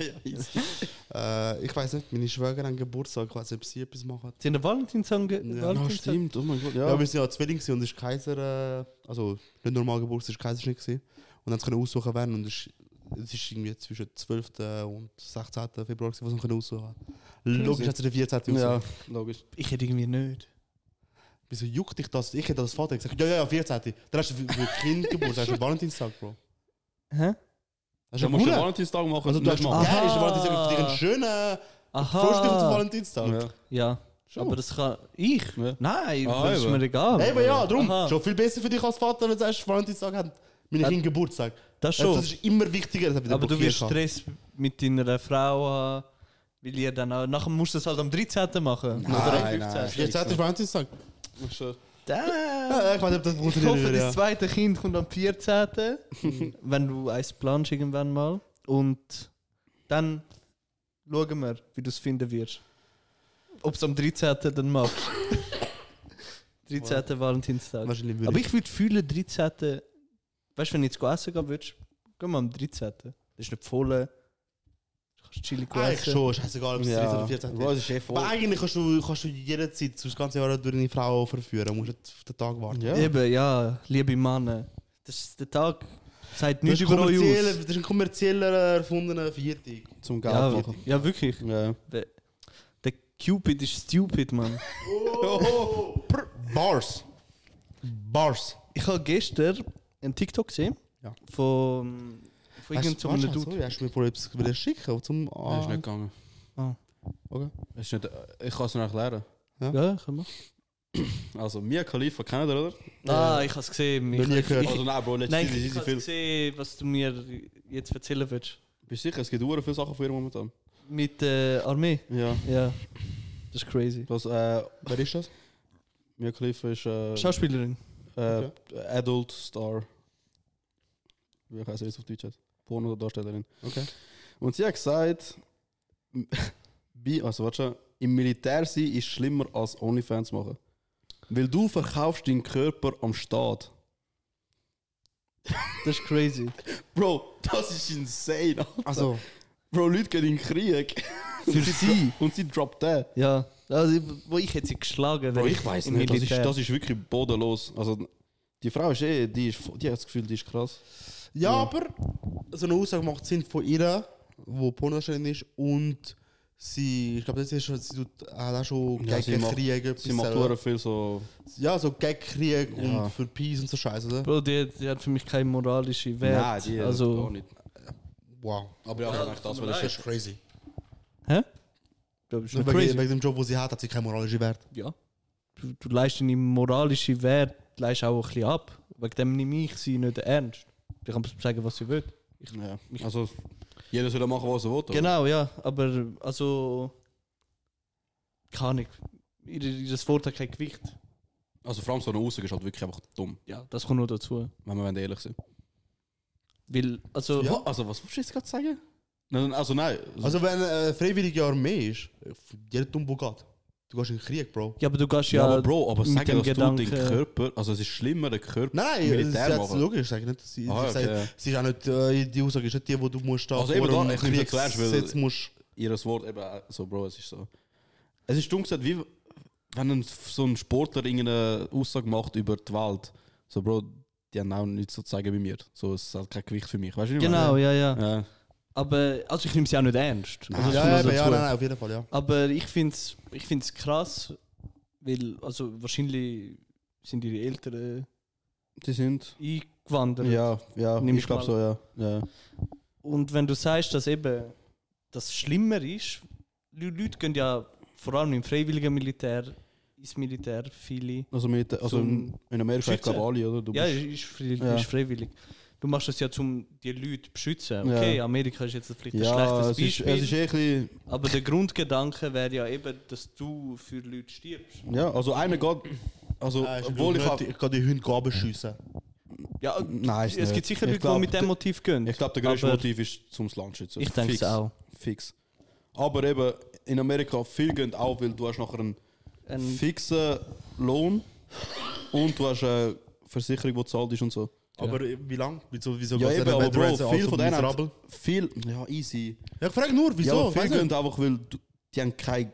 äh, ich weiß nicht, meine Schwägerin haben Geburtstag, ich weiß nicht, ob sie etwas machen.
Sie haben den Valentinstag. ge-
Ja.
Ah,
Valentinstag-
stimmt. Oh mein Gott,
Ja,
ja.
wir sind ja Zwillinge gewesen und es ist Kaiser, äh, also nicht normal Geburtstag, es ist Kaiserschnitt gewesen. Und dann können aussuchen werden und es ist- es ist irgendwie zwischen 12. und 16. Februar, gewesen, was man können aussuchen Logisch hat sie den 14.
ja,
aussuchen.
logisch.
Ich hätte irgendwie nicht.
Wieso juckt dich das? Ich hätte das Vater gesagt, ja, ja, ja, 14. Dann hast du für für Kind Geburtstag, hast du Valentinstag, Bro.
Hä?
Hast
Du
du
musst
gewonnen?
den Valentinstag machen.
Also du hast
nicht
schon
machen.
Ah.
geil, ist Valentinstag für dich ein schöner
Aha.
Vorschrift auf den Valentinstag.
Ja.
Ja. Aber das kann. Ich?
Ja.
Nein,
Ah,
das ist
eben.
mir egal.
Eben ja, darum.
Aha.
Schon viel besser für dich als Vater, wenn du sagst, Valentinstag hat meine
Ja.
Kinder Geburtstag.
Das schon.
Also, das ist immer wichtiger, als ob ich den
aber du
blockieren
wirst
kann.
Stress mit deiner Frau haben, weil ihr dann auch. Nachher musst du das halt am 13. machen. Also, Nein, oder am
nein,
15.
Jetzt hat er Valentinstag.
Damn.
Ja, ich weiß nicht, ob das
Ich
funktioniert.
hoffe,
ja.
das zweite Kind kommt am 14. wenn du eins planst irgendwann mal. Und dann schauen wir, wie du es finden wirst. Ob es am 13. dann machst. 13. Valentinstag.
Wahrscheinlich würde
Aber
ich.
ich würde fühlen, 13. Weißt du, wenn du jetzt essen gehen würdest, gehen wir am 13. Das ist nicht voll. Du kannst chillig
Eigentlich
essen.
schon, scheißegal, ob es 13 oder 14
Bro,
ist.
es ist eh voll.
Aber eigentlich kannst du, kannst du jederzeit das ganze Jahr durch deine Frau verführen. Du musst nicht auf den Tag warten.
Ja.
Eben, ja, liebe Männer. Das ist der Tag. Sagt
Das,
nicht
ist ein
über euch
kommerzieller-
aus.
das ist ein kommerzieller erfundener Viertag.
Zum Geld
Ja,
machen.
ja, wirklich.
Ja.
Der, der Cupid ist stupid, Mann.
Brr, Bars. Bars.
Ich habe gestern einen TikTok gesehen
Ja.
von, von
Hast,
irgendeinem
warte,
Dude.
sorry, hast du mir vorher etwas wollen schicken? Zum,
Ah. Ist
ah,
nicht gegangen.
Ah.
Okay.
Ist nicht, äh, ich kann es noch erklären.
Ja, können wir.
Also, Mia Khalifa kennt ihr, oder?
Ah, ich habe es gesehen.
Noch nie gehört.
Also, nein, Bro, letztes
Nein,
Jahr
ich,
ist
ich
sie
habe
viel.
gesehen, was du mir jetzt erzählen willst.
Bist du sicher? Es gibt sehr viele Sachen von ihr momentan.
Mit der Armee.
Ja.
Ja. Das ist crazy.
Das, äh,
Wer ist das?
Mia Khalifa ist äh,
Schauspielerin.
äh, Adult Star. Wie heißt er jetzt auf Deutsch? Pornodarstellerin.
Okay.
Und sie hat gesagt, bi also warte schon, im Militär sein ist schlimmer als Onlyfans machen. Weil du verkaufst deinen Körper am Staat.
Das ist crazy.
Bro, das ist insane. Alter.
Also,
Bro, Leute gehen in den Krieg.
Für sie.
Und sie droppt den.
Ja. Also, wo ich hätte sie geschlagen,
Bro,
wäre
ich weiß
im
nicht, das ist,
Militär.
das ist wirklich bodenlos. Also, die Frau ist eh, die, ist, vo- die hat das Gefühl, die ist krass.
ja, aber so eine Aussage macht Sinn von ihr, die Pornodarstellerin ist und sie, ich glaube, das ist schon, sie tut, hat auch schon
Ja, sie
gegen
macht-
Krieg etwas
Sie macht
selber.
hure viel so.
Ja, so gegen Krieg
Ja.
und für Peace und so Scheiße, oder?
Bro, die, die hat für mich keinen moralischen Wert. also,
nicht.
Wow.
Aber ja, ja das war
Das ist crazy.
Hä? Ja, bist du
Nur
crazy?
Wegen, wegen dem Job, den sie hat, hat sie keinen moralischen Wert.
Ja. Du, du leist deinen moralischen Wert leist auch ein bisschen ab. Wegen dem nehme ich sie nicht ernst. Die kann sagen, was sie will.
Ja. Also, jeder soll machen, was er will. oder?
Genau, ja. Aber, also. Keine Ahnung. Ihr, ihr Wort hat kein Gewicht.
Also, vor allem so eine Aussage ist halt wirklich einfach dumm,
Ja, das kommt noch dazu.
wenn wir ehrlich sind.
Weil, also.
Ja, also, was willst du jetzt gerade sagen? Nein, nein, also, nein.
Also, wenn äh, freiwillige Armee ist, jeder dumm geht. Du gehst in den Krieg, Bro.
Ja, aber du gehst
ja,
ja.
aber Bro, aber
mit
sagen,
dem
dass du den
Gedanken-
Körper. Also, es ist schlimmer, den Körper.
Nein, nein,
Militär
das ist
machen.
logisch. Sag nicht, sie,
Ah,
sie,
okay,
sagt,
ja.
sie ist auch nicht, äh, die Aussage ist nicht die, wo du musst da
Also eben
vor
da,
einem
ich nehme sie zuerst, weil-
Kriegsgesetz musst.
Ihres Wort eben auch so, Bro, es ist so. Es ist dumm gesagt, wie wenn ein, so ein Sportler irgendeine Aussage macht über die Welt. So, Bro, die haben auch nichts zu zeigen bei mir. So, es hat kein Gewicht für mich. Weißt du, wie ich
Genau,
meine?
ja, ja.
ne? Ja.
Aber, also ich nehme sie auch nicht ernst. Also, das
Ja,
kommt noch
ja, eben, ja,
dazu.
nein, nein, auf jeden Fall, ja.
Aber ich finde es ich find's krass, weil, also wahrscheinlich sind ihre Eltern
Die sind.
eingewandert.
Ja, ja,
Nimm
ich
ich
glaube
mal.
so, ja. ja.
Und wenn du sagst, dass eben das schlimmer ist, Leu- Leute gehen ja vor allem im freiwilligen Militär, ins Militär, viele.
Also, mit, also
Zum
in Amerika, ich
Schützen.
glaube alle, oder? Du
ja,
bist-
ist, fri
Ja.
ist freiwillig. Du machst das ja, um die Leute zu beschützen. Okay,
Ja.
Amerika ist jetzt vielleicht ein
ja
schlechtes
es, ist,
Beispiel,
es ist eh ein bisschen.
aber der Grundgedanke wäre ja eben, dass du für Leute stirbst.
Ja, also einer geht. Also,
Nein, Ah, ist
obwohl ich.
nicht,
Hab,
ich kann die Hunde abschiessen.
Ja,
nein, ist
es
nicht.
gibt sicher
Ich
Leute,
glaub,
die mit
der-
dem Motiv gehen.
Ich glaube, der größte
Aber-
Motiv ist, zum das Land zu schützen.
Ich denke es
Fix.
auch.
Fix. Aber eben, in Amerika viel gehen auch, weil du hast nachher einen
Ein-
fixen Lohn und du hast eine Versicherung, die zahlt ist und so.
Aber
äh,
wie lange? Wieso, wieso
Ja,
geht's
eben,
denen
aber
better
Bro,
als- als
viel
so
von denen
miserabel?
haben viel, ja easy.
Ja, ich frage nur,
Ja,
wieso?
aber viel
Weiss nicht.
gehen einfach, weil du, die haben kein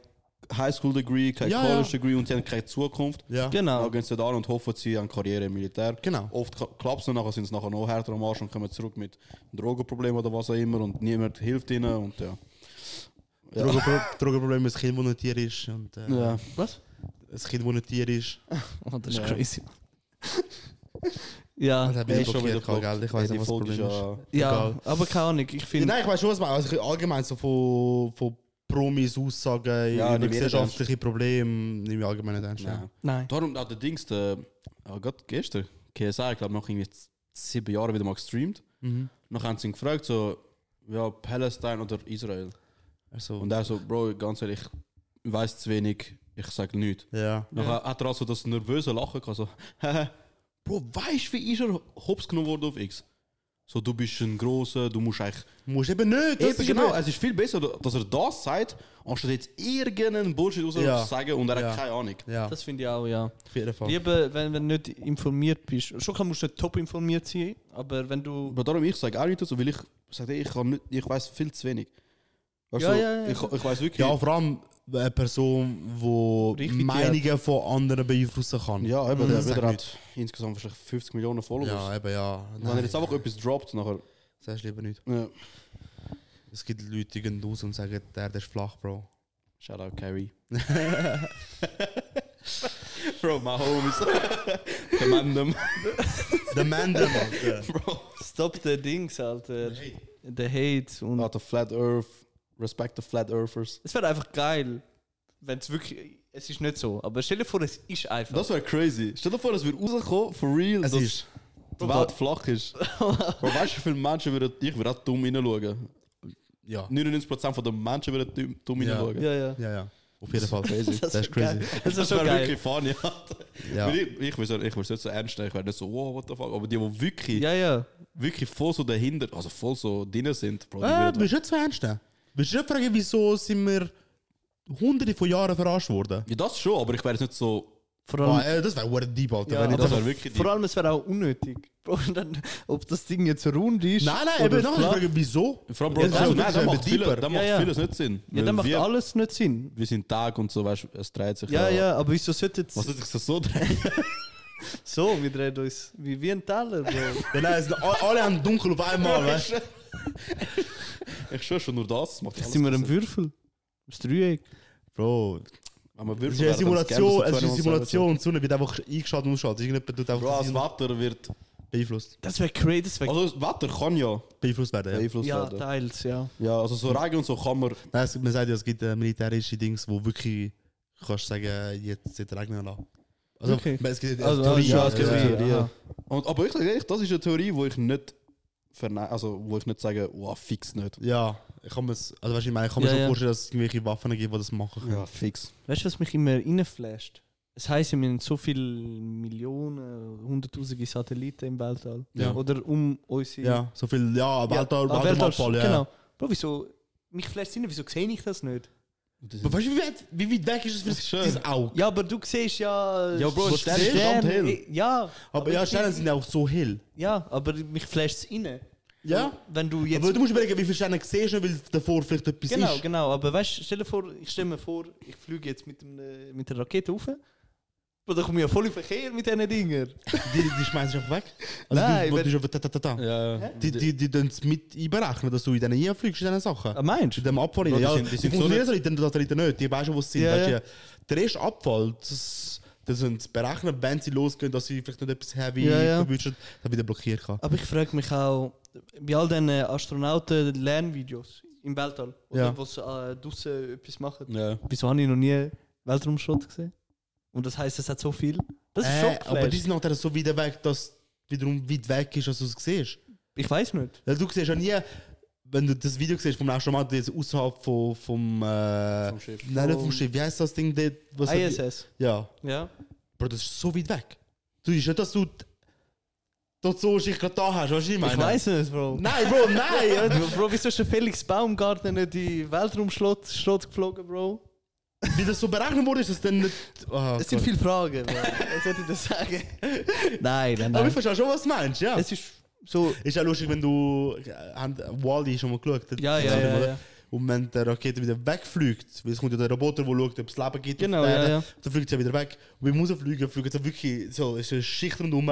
Highschool-Degree, kein
Ja, ja.
College-Degree und die haben keine Zukunft.
ja.
Dann
Genau.
gehen sie da an und hoffen, sie haben Karriere im Militär.
Genau.
Oft ka- klappt es und nachher sind sie nachher noch härter am Arsch und kommen zurück mit Drogenproblemen oder was auch immer und niemand hilft ihnen und ja.
Drogenpro- Drogenproblem ist ein Kind, das nicht Tier ist. Und, äh,
Was?
Ein Kind, das nicht Tier ist.
Oh, das ist crazy. ja,
Das habe ich
ist schon wieder geblockt.
blockiert, gell? Ich
Ja,
weiß
die
nicht, was das
Folge
Problem
ist ja-
ist.
ja,
Egal.
aber keine Ahnung. Ich
Ja,
finde,
Nein, ich weiß schon, was man. Also allgemein so von, von Promis Aussagen
Ja,
über
nicht jeder
gesellschaftliche Probleme nehme ich allgemein nicht ernst. Ja.
Nein.
Nein.
Darum hat der Dings, der, ah, gerade gestern, KSI, ich glaube, nach irgendwie z- sieben Jahren wieder mal gestreamt.
Mhm.
Dann haben sie ihn gefragt, so, ja, Palästina oder Israel.
Also,
Und er so, Bro, ganz ehrlich, ich weiß zu wenig, ich sage nichts.
ja.
Dann hat er also das nervöse Lachen gehabt, so, Bro, weißt du, wie Israel hops genommen wurde auf X? So, du bist ein Großer, du musst eigentlich.
Musst eben nicht. das
Eben,
ist
genau,
eben-
es ist viel besser, dass er das sagt, anstatt jetzt irgendeinen Bullshit raus
Ja.
zu sagen und er
Ja.
hat keine Ahnung.
Ja,
das finde ich auch, ja.
auf jeden Fall.
Lieber, wenn, wenn du nicht informiert bist. Schon kann- musst du nicht top informiert sein, aber wenn du.
Aber darum, ich sage auch nicht dazu, weil ich sage, ich, kann nicht, ich weiß viel zu wenig. Weißt
Ja,
du,
ja, ja.
Ich, ich weiß wirklich.
Ja, vor allem eine Person, die
Richtig, ja.
Meinungen von anderen beeinflussen kann.
ja eben,
Mhm.
der
Sag
Wider
nicht.
hat insgesamt wahrscheinlich 50 Millionen Followers.
Ja, eben, ja.
Wenn er jetzt einfach etwas droppt, nachher.
Sagst lieber nicht.
Ja.
Es gibt Leute, die gehen raus und sagen, der, der ist flach, Bro.
Shoutout Carrie. Bro, my homies. Command them.
Der Mende, Alter.
Stop the Dings, Alter. Der Hate. Und
Not the flat earth. Respect the flat earthers.
Es wäre einfach geil, wenn es wirklich. Es ist nicht so, aber stell dir vor, es ist einfach.
Das wäre crazy. Stell dir vor, dass wir rauskommen, for real,
Es
dass
ist.
die Welt flach ist. Bro, weißt du, wie viele Menschen würden. Ich würde auch dumm hineinschauen.
Ja.
99% der Menschen würden dumm- dumm
Ja.
hineinschauen.
ja, ja.
Ja, ja. Auf jeden Fall. Crazy. Das ist
Geil.
crazy. Äh,
Das ist
Das
schon
wäre
geil.
wirklich funny. Alter.
Ja.
Weil Ich, ich würde es nicht so ernst nehmen, ich wäre nicht so, wow, what the fuck. Aber die, die wirklich,
Ja, ja.
wirklich voll so dahinter, also voll so drin sind, Bro, die
Ah, du
würden-
bist nicht so ernst. nehmen. Du bist nicht fragen, wieso sind wir hunderte von Jahren verarscht worden.
Ja, das schon, aber ich wäre jetzt nicht so.
Vor allem,
Boah, ey, das wäre ein Deep, Alter.
Ja,
wenn ich
aber
das
Das wäre wirklich
vor allem es wäre auch unnötig. Bro, dann, ob das Ding jetzt rund ist.
nein, nein,
oder
eben, noch ich
flach.
frage, wieso?
Vor allem, Bro,
Ja,
das also,
das
nein,
ist
das
eben
macht, viele,
deeper.
das macht
Ja, ja.
vieles nicht Sinn.
Ja, dann
Weil
macht
wir,
alles nicht Sinn.
wir sind Tag und so, weißt du, es dreht sich
Ja, ja, aber wieso sollte jetzt
Was ist das so drehen?
so? Wir drehen uns wie, wie ein Teller, Bro.
Ja, nein, es sind alle, alle haben dunkel auf einmal, weißt du?
ich schwöre schon, nur das das macht
Jetzt sind wir im Würfel. Das Dreieck.
Bro,
Aber
es ist eine Simulation, es ist eine Simulation, die Sonne wird einfach eingeschaltet und ausgeschaltet. Irgendjemand tut einfach
Bro, also
das
das Wetter wird.
beeinflusst,
Das wäre crazy. Das wär
Also, das Wetter kann ja
beeinflusst werden. Ja.
beeinflusst
ja,
werden.
teils, ja.
Ja, also so Regen und so kann man.
Nein, es, man sagt ja, es gibt äh, militärische Dings, wo wirklich kannst du sagen, jetzt wird regnen lassen. Also,
Okay.
es gibt
Also,
Theorie,
ja, es gibt
äh,
Theorie.
Theorie.
aha.
Und, aber ich sage ehrlich, das ist eine Theorie, wo ich nicht verne also wo ich nicht sage, wow, fix nicht.
Ja, ich kann mir also weißt, du, ich meine, ich kann mir
Ja,
schon
ja.
vorstellen, dass es irgendwelche Waffen gibt, die das machen können.
Ja, fix.
Weißt du, was mich immer reinflasht? Es heisst, ja, wir haben so viele Millionen, hunderttausende Satelliten im Weltall.
Ja.
Oder um unsere.
Ja, so viel, ja, halt Weltall,
ah,
Weltall, Weltall, ja.
Genau. Bro, wieso. Mich flasht es rein, wieso sehe ich das nicht?
Aber weißt du, wie weit, wie weit weg ist es für
schön.
das Auge?
Ja, aber du siehst ja.
Ja, Bro,
Sterne-
Sterne sind verdammt hell.
Eh, Ja.
Aber, ja,
ich-
Sterne sind ja auch so hell.
Ja, aber mich flasht es rein.
Ja?
Wenn du jetzt.
Aber du musst überlegen, wie viele Sterne siehst du, weil davor vielleicht etwas
Genau,
ist.
genau. Aber weißt du, stell dir vor, ich stelle mir vor, ich fliege jetzt mit, einem, mit der Rakete rauf. Und dann komme ich ja voll in Verkehr mit diesen Dingern.
Die, die schmeißt du einfach weg. Also
Nein,
du,
wenn-
du, du einfach ta, ta, ta, ta.
Ja, ja.
Die, die, die tun es mit einberechnen, dass du in denen einfliegst, in diesen Sachen.
Ah, meinst
In
du?
dem Abfall
Bro,
rein.
die
Ja,
sind- die
die
sind so
funktionieren so nicht, die Satelliten nicht. Die weißt du, wo sie sind.
Ja,
weißt du,
ja.
Der erste Abfall, das, das sind sie berechnen, wenn sie losgehen, dass sie vielleicht nicht etwas heavy
Ja, ja.
verwünschen, dann wieder blockiert kann.
Aber ich frage mich auch, bei all diesen Astronauten-Lernvideos im Weltall, oder
Ja.
wo sie äh, draußen etwas machen,
ja.
E,
wieso habe ich noch nie Weltraumschrott gesehen? Und das heisst, es hat so viel. Das ist
Äh,
schon
aber die
geflasht.
sind nachher so weit weg, dass es wiederum weit weg ist, als du es siehst.
Ich weiß nicht.
Weil du siehst ja nie, wenn du das Video siehst vom Astronauten, jetzt außerhalb vom, vom, äh,
Vom Schiff.
Nein, nicht vom Schiff. Wie heißt das Ding dort?
Also
Was hat-
ISS.
Ja.
Ja.
Bro, das ist so weit weg. Du siehst nicht, dass du d- dort so Schicht gerade da hast, weißt du, was ich meine?
Ich weiß es, Bro.
Nein, Bro, nein!
Bro, wieso ist der Felix Baumgarten nicht in den Weltraumschrott Schrott geflogen, Bro?
Wie das so berechnet wurde, ist das dann nicht. Ah,
Es sind
Gott.
viele Fragen, Bro. Was sollte ich das sagen? Nein, nein,
Aber ich
nein.
verstehe schon, was du meinst, ja.
Es ist so.
ist ja lustig, wenn du. äh, Haben Wally schon mal geschaut? den-
Ja,
den
ja,
Film,
ja,
oder?
ja.
Und wenn der Rakete wieder wegfliegt, weil es kommt ja der Roboter, der schaut, ob es Leben gibt. auf
Genau,
der
ja,
Erde,
ja.
Dann fliegt sie ja wieder weg. Und beim Rausfliegen fliegt sie wirklich so, es ist eine Schicht rundherum,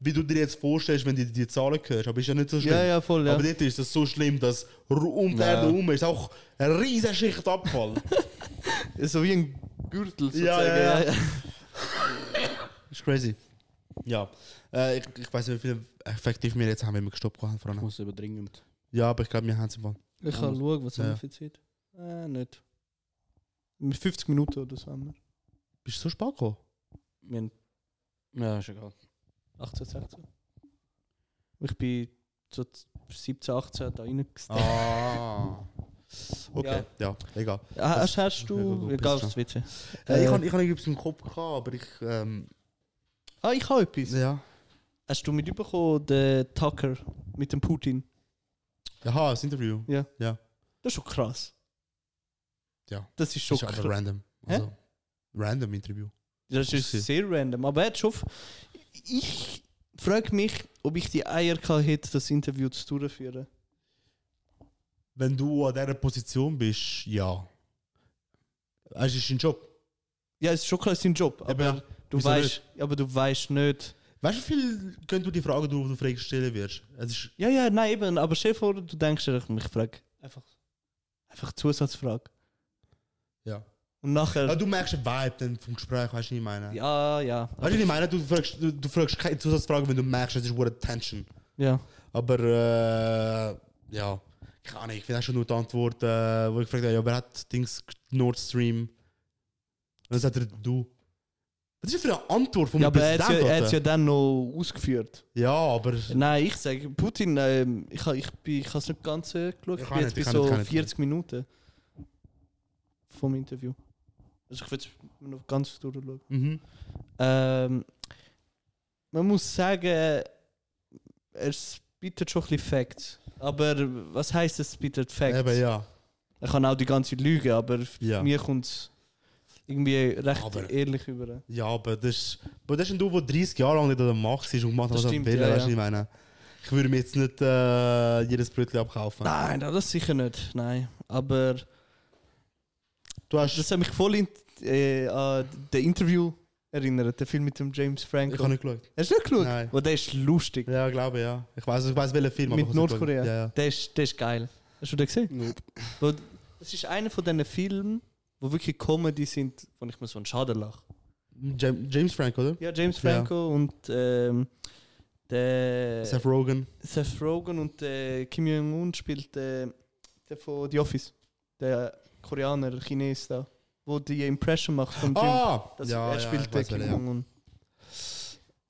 wie du dir jetzt vorstellst, wenn du die Zahlen hörst. Aber ist ja nicht so schlimm.
Ja, ja, voll, ja.
Aber dort ist es so schlimm, dass ru- um die
Ja.
Erde herum ist auch eine riesige Schicht Abfall.
So wie ein Gürtel sozusagen.
Ja, ja, ja.
ja.
ist crazy. Ja. Äh, ich, ich weiß nicht, wie viel effektiv wir jetzt haben, wenn wir gestoppt haben. vor allem.
Muss eben dringend.
Ja, aber ich glaube, wir haben es im Fall.
Ich kann schauen, was haben
Ja.
wir für Zeit? Äh, nicht. Mit 50 Minuten oder so haben wir.
Bist du so spät gekommen?
Wir haben
Ja, ist egal.
18, 16. Ich bin so 17, 18 da reingesteckt.
Ah. Okay, ja, egal.
Ah, hast, hast
Ja, gut,
du.
gut,
Egal,
bist
das Witze.
Äh, ich
Äh,
habe ich hab irgendwas im Kopf gehabt, aber ich. Ähm,
Ah, ich habe etwas.
ja.
Hast du mitbekommen, den Tucker mit dem Putin?
Aha, das Interview.
Das ist schon krass.
Ja.
Das ist schon
Ist aber
krass.
random.
Hä?
Also, random Interview.
Das ist
Gewesen.
sehr random. Aber er hat schon. f- Ich frage mich, ob ich die Eier gehabt hätte, das Interview zu durchführen.
Wenn du an dieser Position bist, ja. Es ist dein Job.
Ja, es ist schon krass sein Job. Aber,
ja.
du
Wieso
weißt, aber du weißt nicht.
Weißt du, wie viel könntest du die Fragen, die du Fragen stellen wirst? Es ist,
Ja, ja, nein, eben. Aber stell dir vor, du denkst dir, ich mich frage. Einfach, einfach Zusatzfrage.
Ja.
Und nachher.
ja, Ah, du merkst den Vibe dann vom Gespräch, weißt du, was ich meine?
ja, ja.
Weißt du, was ich meine? Du fragst, du, du fragst keine Zusatzfragen, wenn du merkst, es ist eine Tension.
ja.
Aber äh, ja, keine Ahnung, ich finde auch schon nur die Antwort, äh, wo ich gefragt habe, ja, wer hat Dings Nord Stream? Und dann sagt er, du. Was ist das für eine Antwort vom
ja aber er hat ja,
Präsidenten?
er hat's ja dann noch ausgeführt.
ja, aber
Nein, ich sage, Putin, ähm, ich habe ich bin- ich es nicht ganz äh, geschaut. Ich,
Ich
bin
auch
jetzt
nicht,
bis
ich auch
so
nicht, ich auch nicht.
40 Minuten vom Interview. Dus Also ich würde es noch ganz durchschauen.
mhm.
Ähm, man muss sagen, es bietet schon ein bisschen Facts. Aber was heißt es bietet Facts?
eben ja.
Er kann auch die ganze Lüge, aber
Ja.
mir kommt es irgendwie recht
Aber-
ehrlich über.
Ja, aber das ist, aber das ist ein Du, der 30 Jahre lang nicht an der Macht ist und gemacht hat,
Das
was er
stimmt,
will.
ja,
weißt du,
ja.
was ich meine? Ich würde mir jetzt nicht äh, jedes Brötchen abkaufen.
Nein, nein, das sicher nicht. Nein, aber
Du hast.
das hat mich voll in, äh, an das Interview erinnert, der Film mit dem James
ich habe
Franco.
nicht geschaut.
Hast du nicht geschaut?
Nein.
Oh, der ist lustig.
Ja, ich glaube ja. Ich weiß, ich weiß welchen Film. aber ich
mit
hab's nicht
Nordkorea.
geschaut. Ja, ja.
Der, ist, der ist geil. Hast du den gesehen? Wo- Das ist einer von diesen Filmen, wo wirklich Comedy sind, wo ich mir so einen Schaden lache.
Jam- James Frank, oder?
Ja, James Franco und ähm, der
Seth Rogen.
Seth Rogen und der Kim Jong-un spielt äh, der von The Office. Der Koreaner, Chines da. Wo die Impression macht von Jim.
Ah!
das,
ja,
er
ja,
spielt
ich
den
weiß
Kim
welchen, ja.
Jong-un.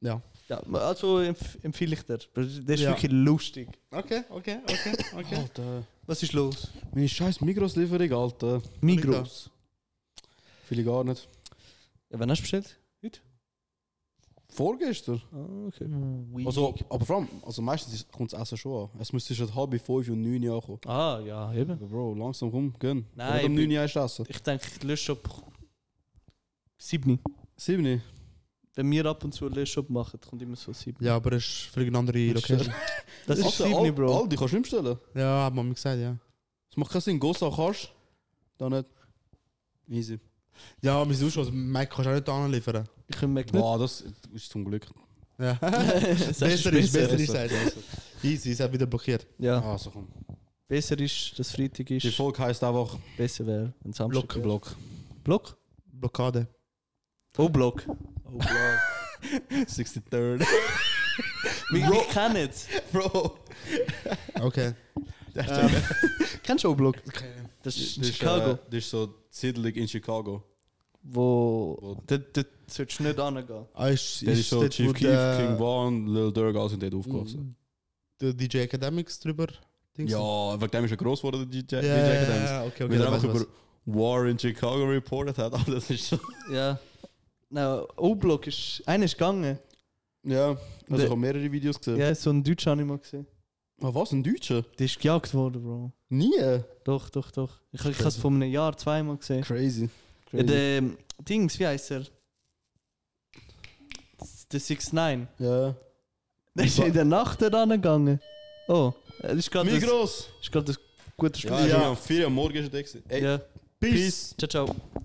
Ja.
Ja, also empf empfehle ich dir. Der ist
Ja.
wirklich lustig.
Okay, okay, okay, okay.
Alter,
Was ist los?
meine scheiß Migros-Lieferung, Alter.
Migros.
Viele gar nicht.
Ja, wann hast du bestellt?
Vorgestern?
Ah, okay.
Also, aber vor allem, also meistens kommt das Essen schon an. Es müsste schon halb fünf und neun Uhr ankommen.
Ah, ja, eben.
Aber Bro, langsam komm, gönn.
Nein,
Oder um
ich bin-
neun Uhr ist Essen.
Ich denke, ich lösche ab 7.
Sieben
Wenn wir ab und zu Löschop machen, kommt immer so 7.
Ja, aber es ist völlig eine andere Location.
Das ist
Alter,
7,
Al-
Bro.
Aldi kannst du nicht bestellen.
Ja, hat man mir gesagt, ja.
Es macht keinen Sinn. Gossa kannst du, dann nicht. Easy.
Ja, wir sind auch schon. also Mac kannst du auch nicht anliefern.
Ich kann mich nicht.
Boah, das ist zum Glück.
Ja.
Das
besser ist, besser ist,
besser.
sagt er. Easy, es hat wieder blockiert.
Ja,
Also komm.
besser ist, dass Freitag
Die
ist.
Folge heisst einfach
Besser wäre, wenn Samstag
Block.
wäre.
Block.
Block?
Blockade.
Oh, Block.
63rd.
Wir wir kennen es.
Bro! Okay.
Kennst du auch Block? Das ist äh, in Chicago.
Das ist so die Siedlung in Chicago.
Wo.
Wo-
Dort dort solltest du nicht angehen.
Ah, ist,
Das ist
ist äh,
so
dort,
Chief
wo
Keef, King
der,
Von, Lil Durk, alle sind dort aufgewachsen.
Mm. der DJ Academics drüber? Dings?
Ja, wegen dem ist er gross geworden, der DJ,
Ja,
DJ Academics.
ja, okay, okay.
Weil er
dann
einfach
weiss ich
über
was.
War in Chicago reported hat, aber das ist so.
Ja. Nein, O-Block ist. Einer ist gegangen.
Ja, also
Der-
ich habe mehrere Videos gesehen.
Ja, so ein Deutscher habe ich mal gesehen.
Ah, was, ein Deutscher?
Der ist gejagt worden, Bro.
Nie?
Doch, doch, doch. Ich, ich habe es vor einem Jahr zweimal gesehen.
Crazy.
Ja, der ähm, Dings, wie heißt er? S- Der 6 9
Ja.
Der ist in der Nacht da rangegangen. Oh, das ist gerade
Dus-
das,
Migros!
ist gerade das gute Spiel.
Ja, ja. um 4 Uhr am Morgen ist er da. gewesen. Ey,
Ja.
Peace.
Ciao, ciao.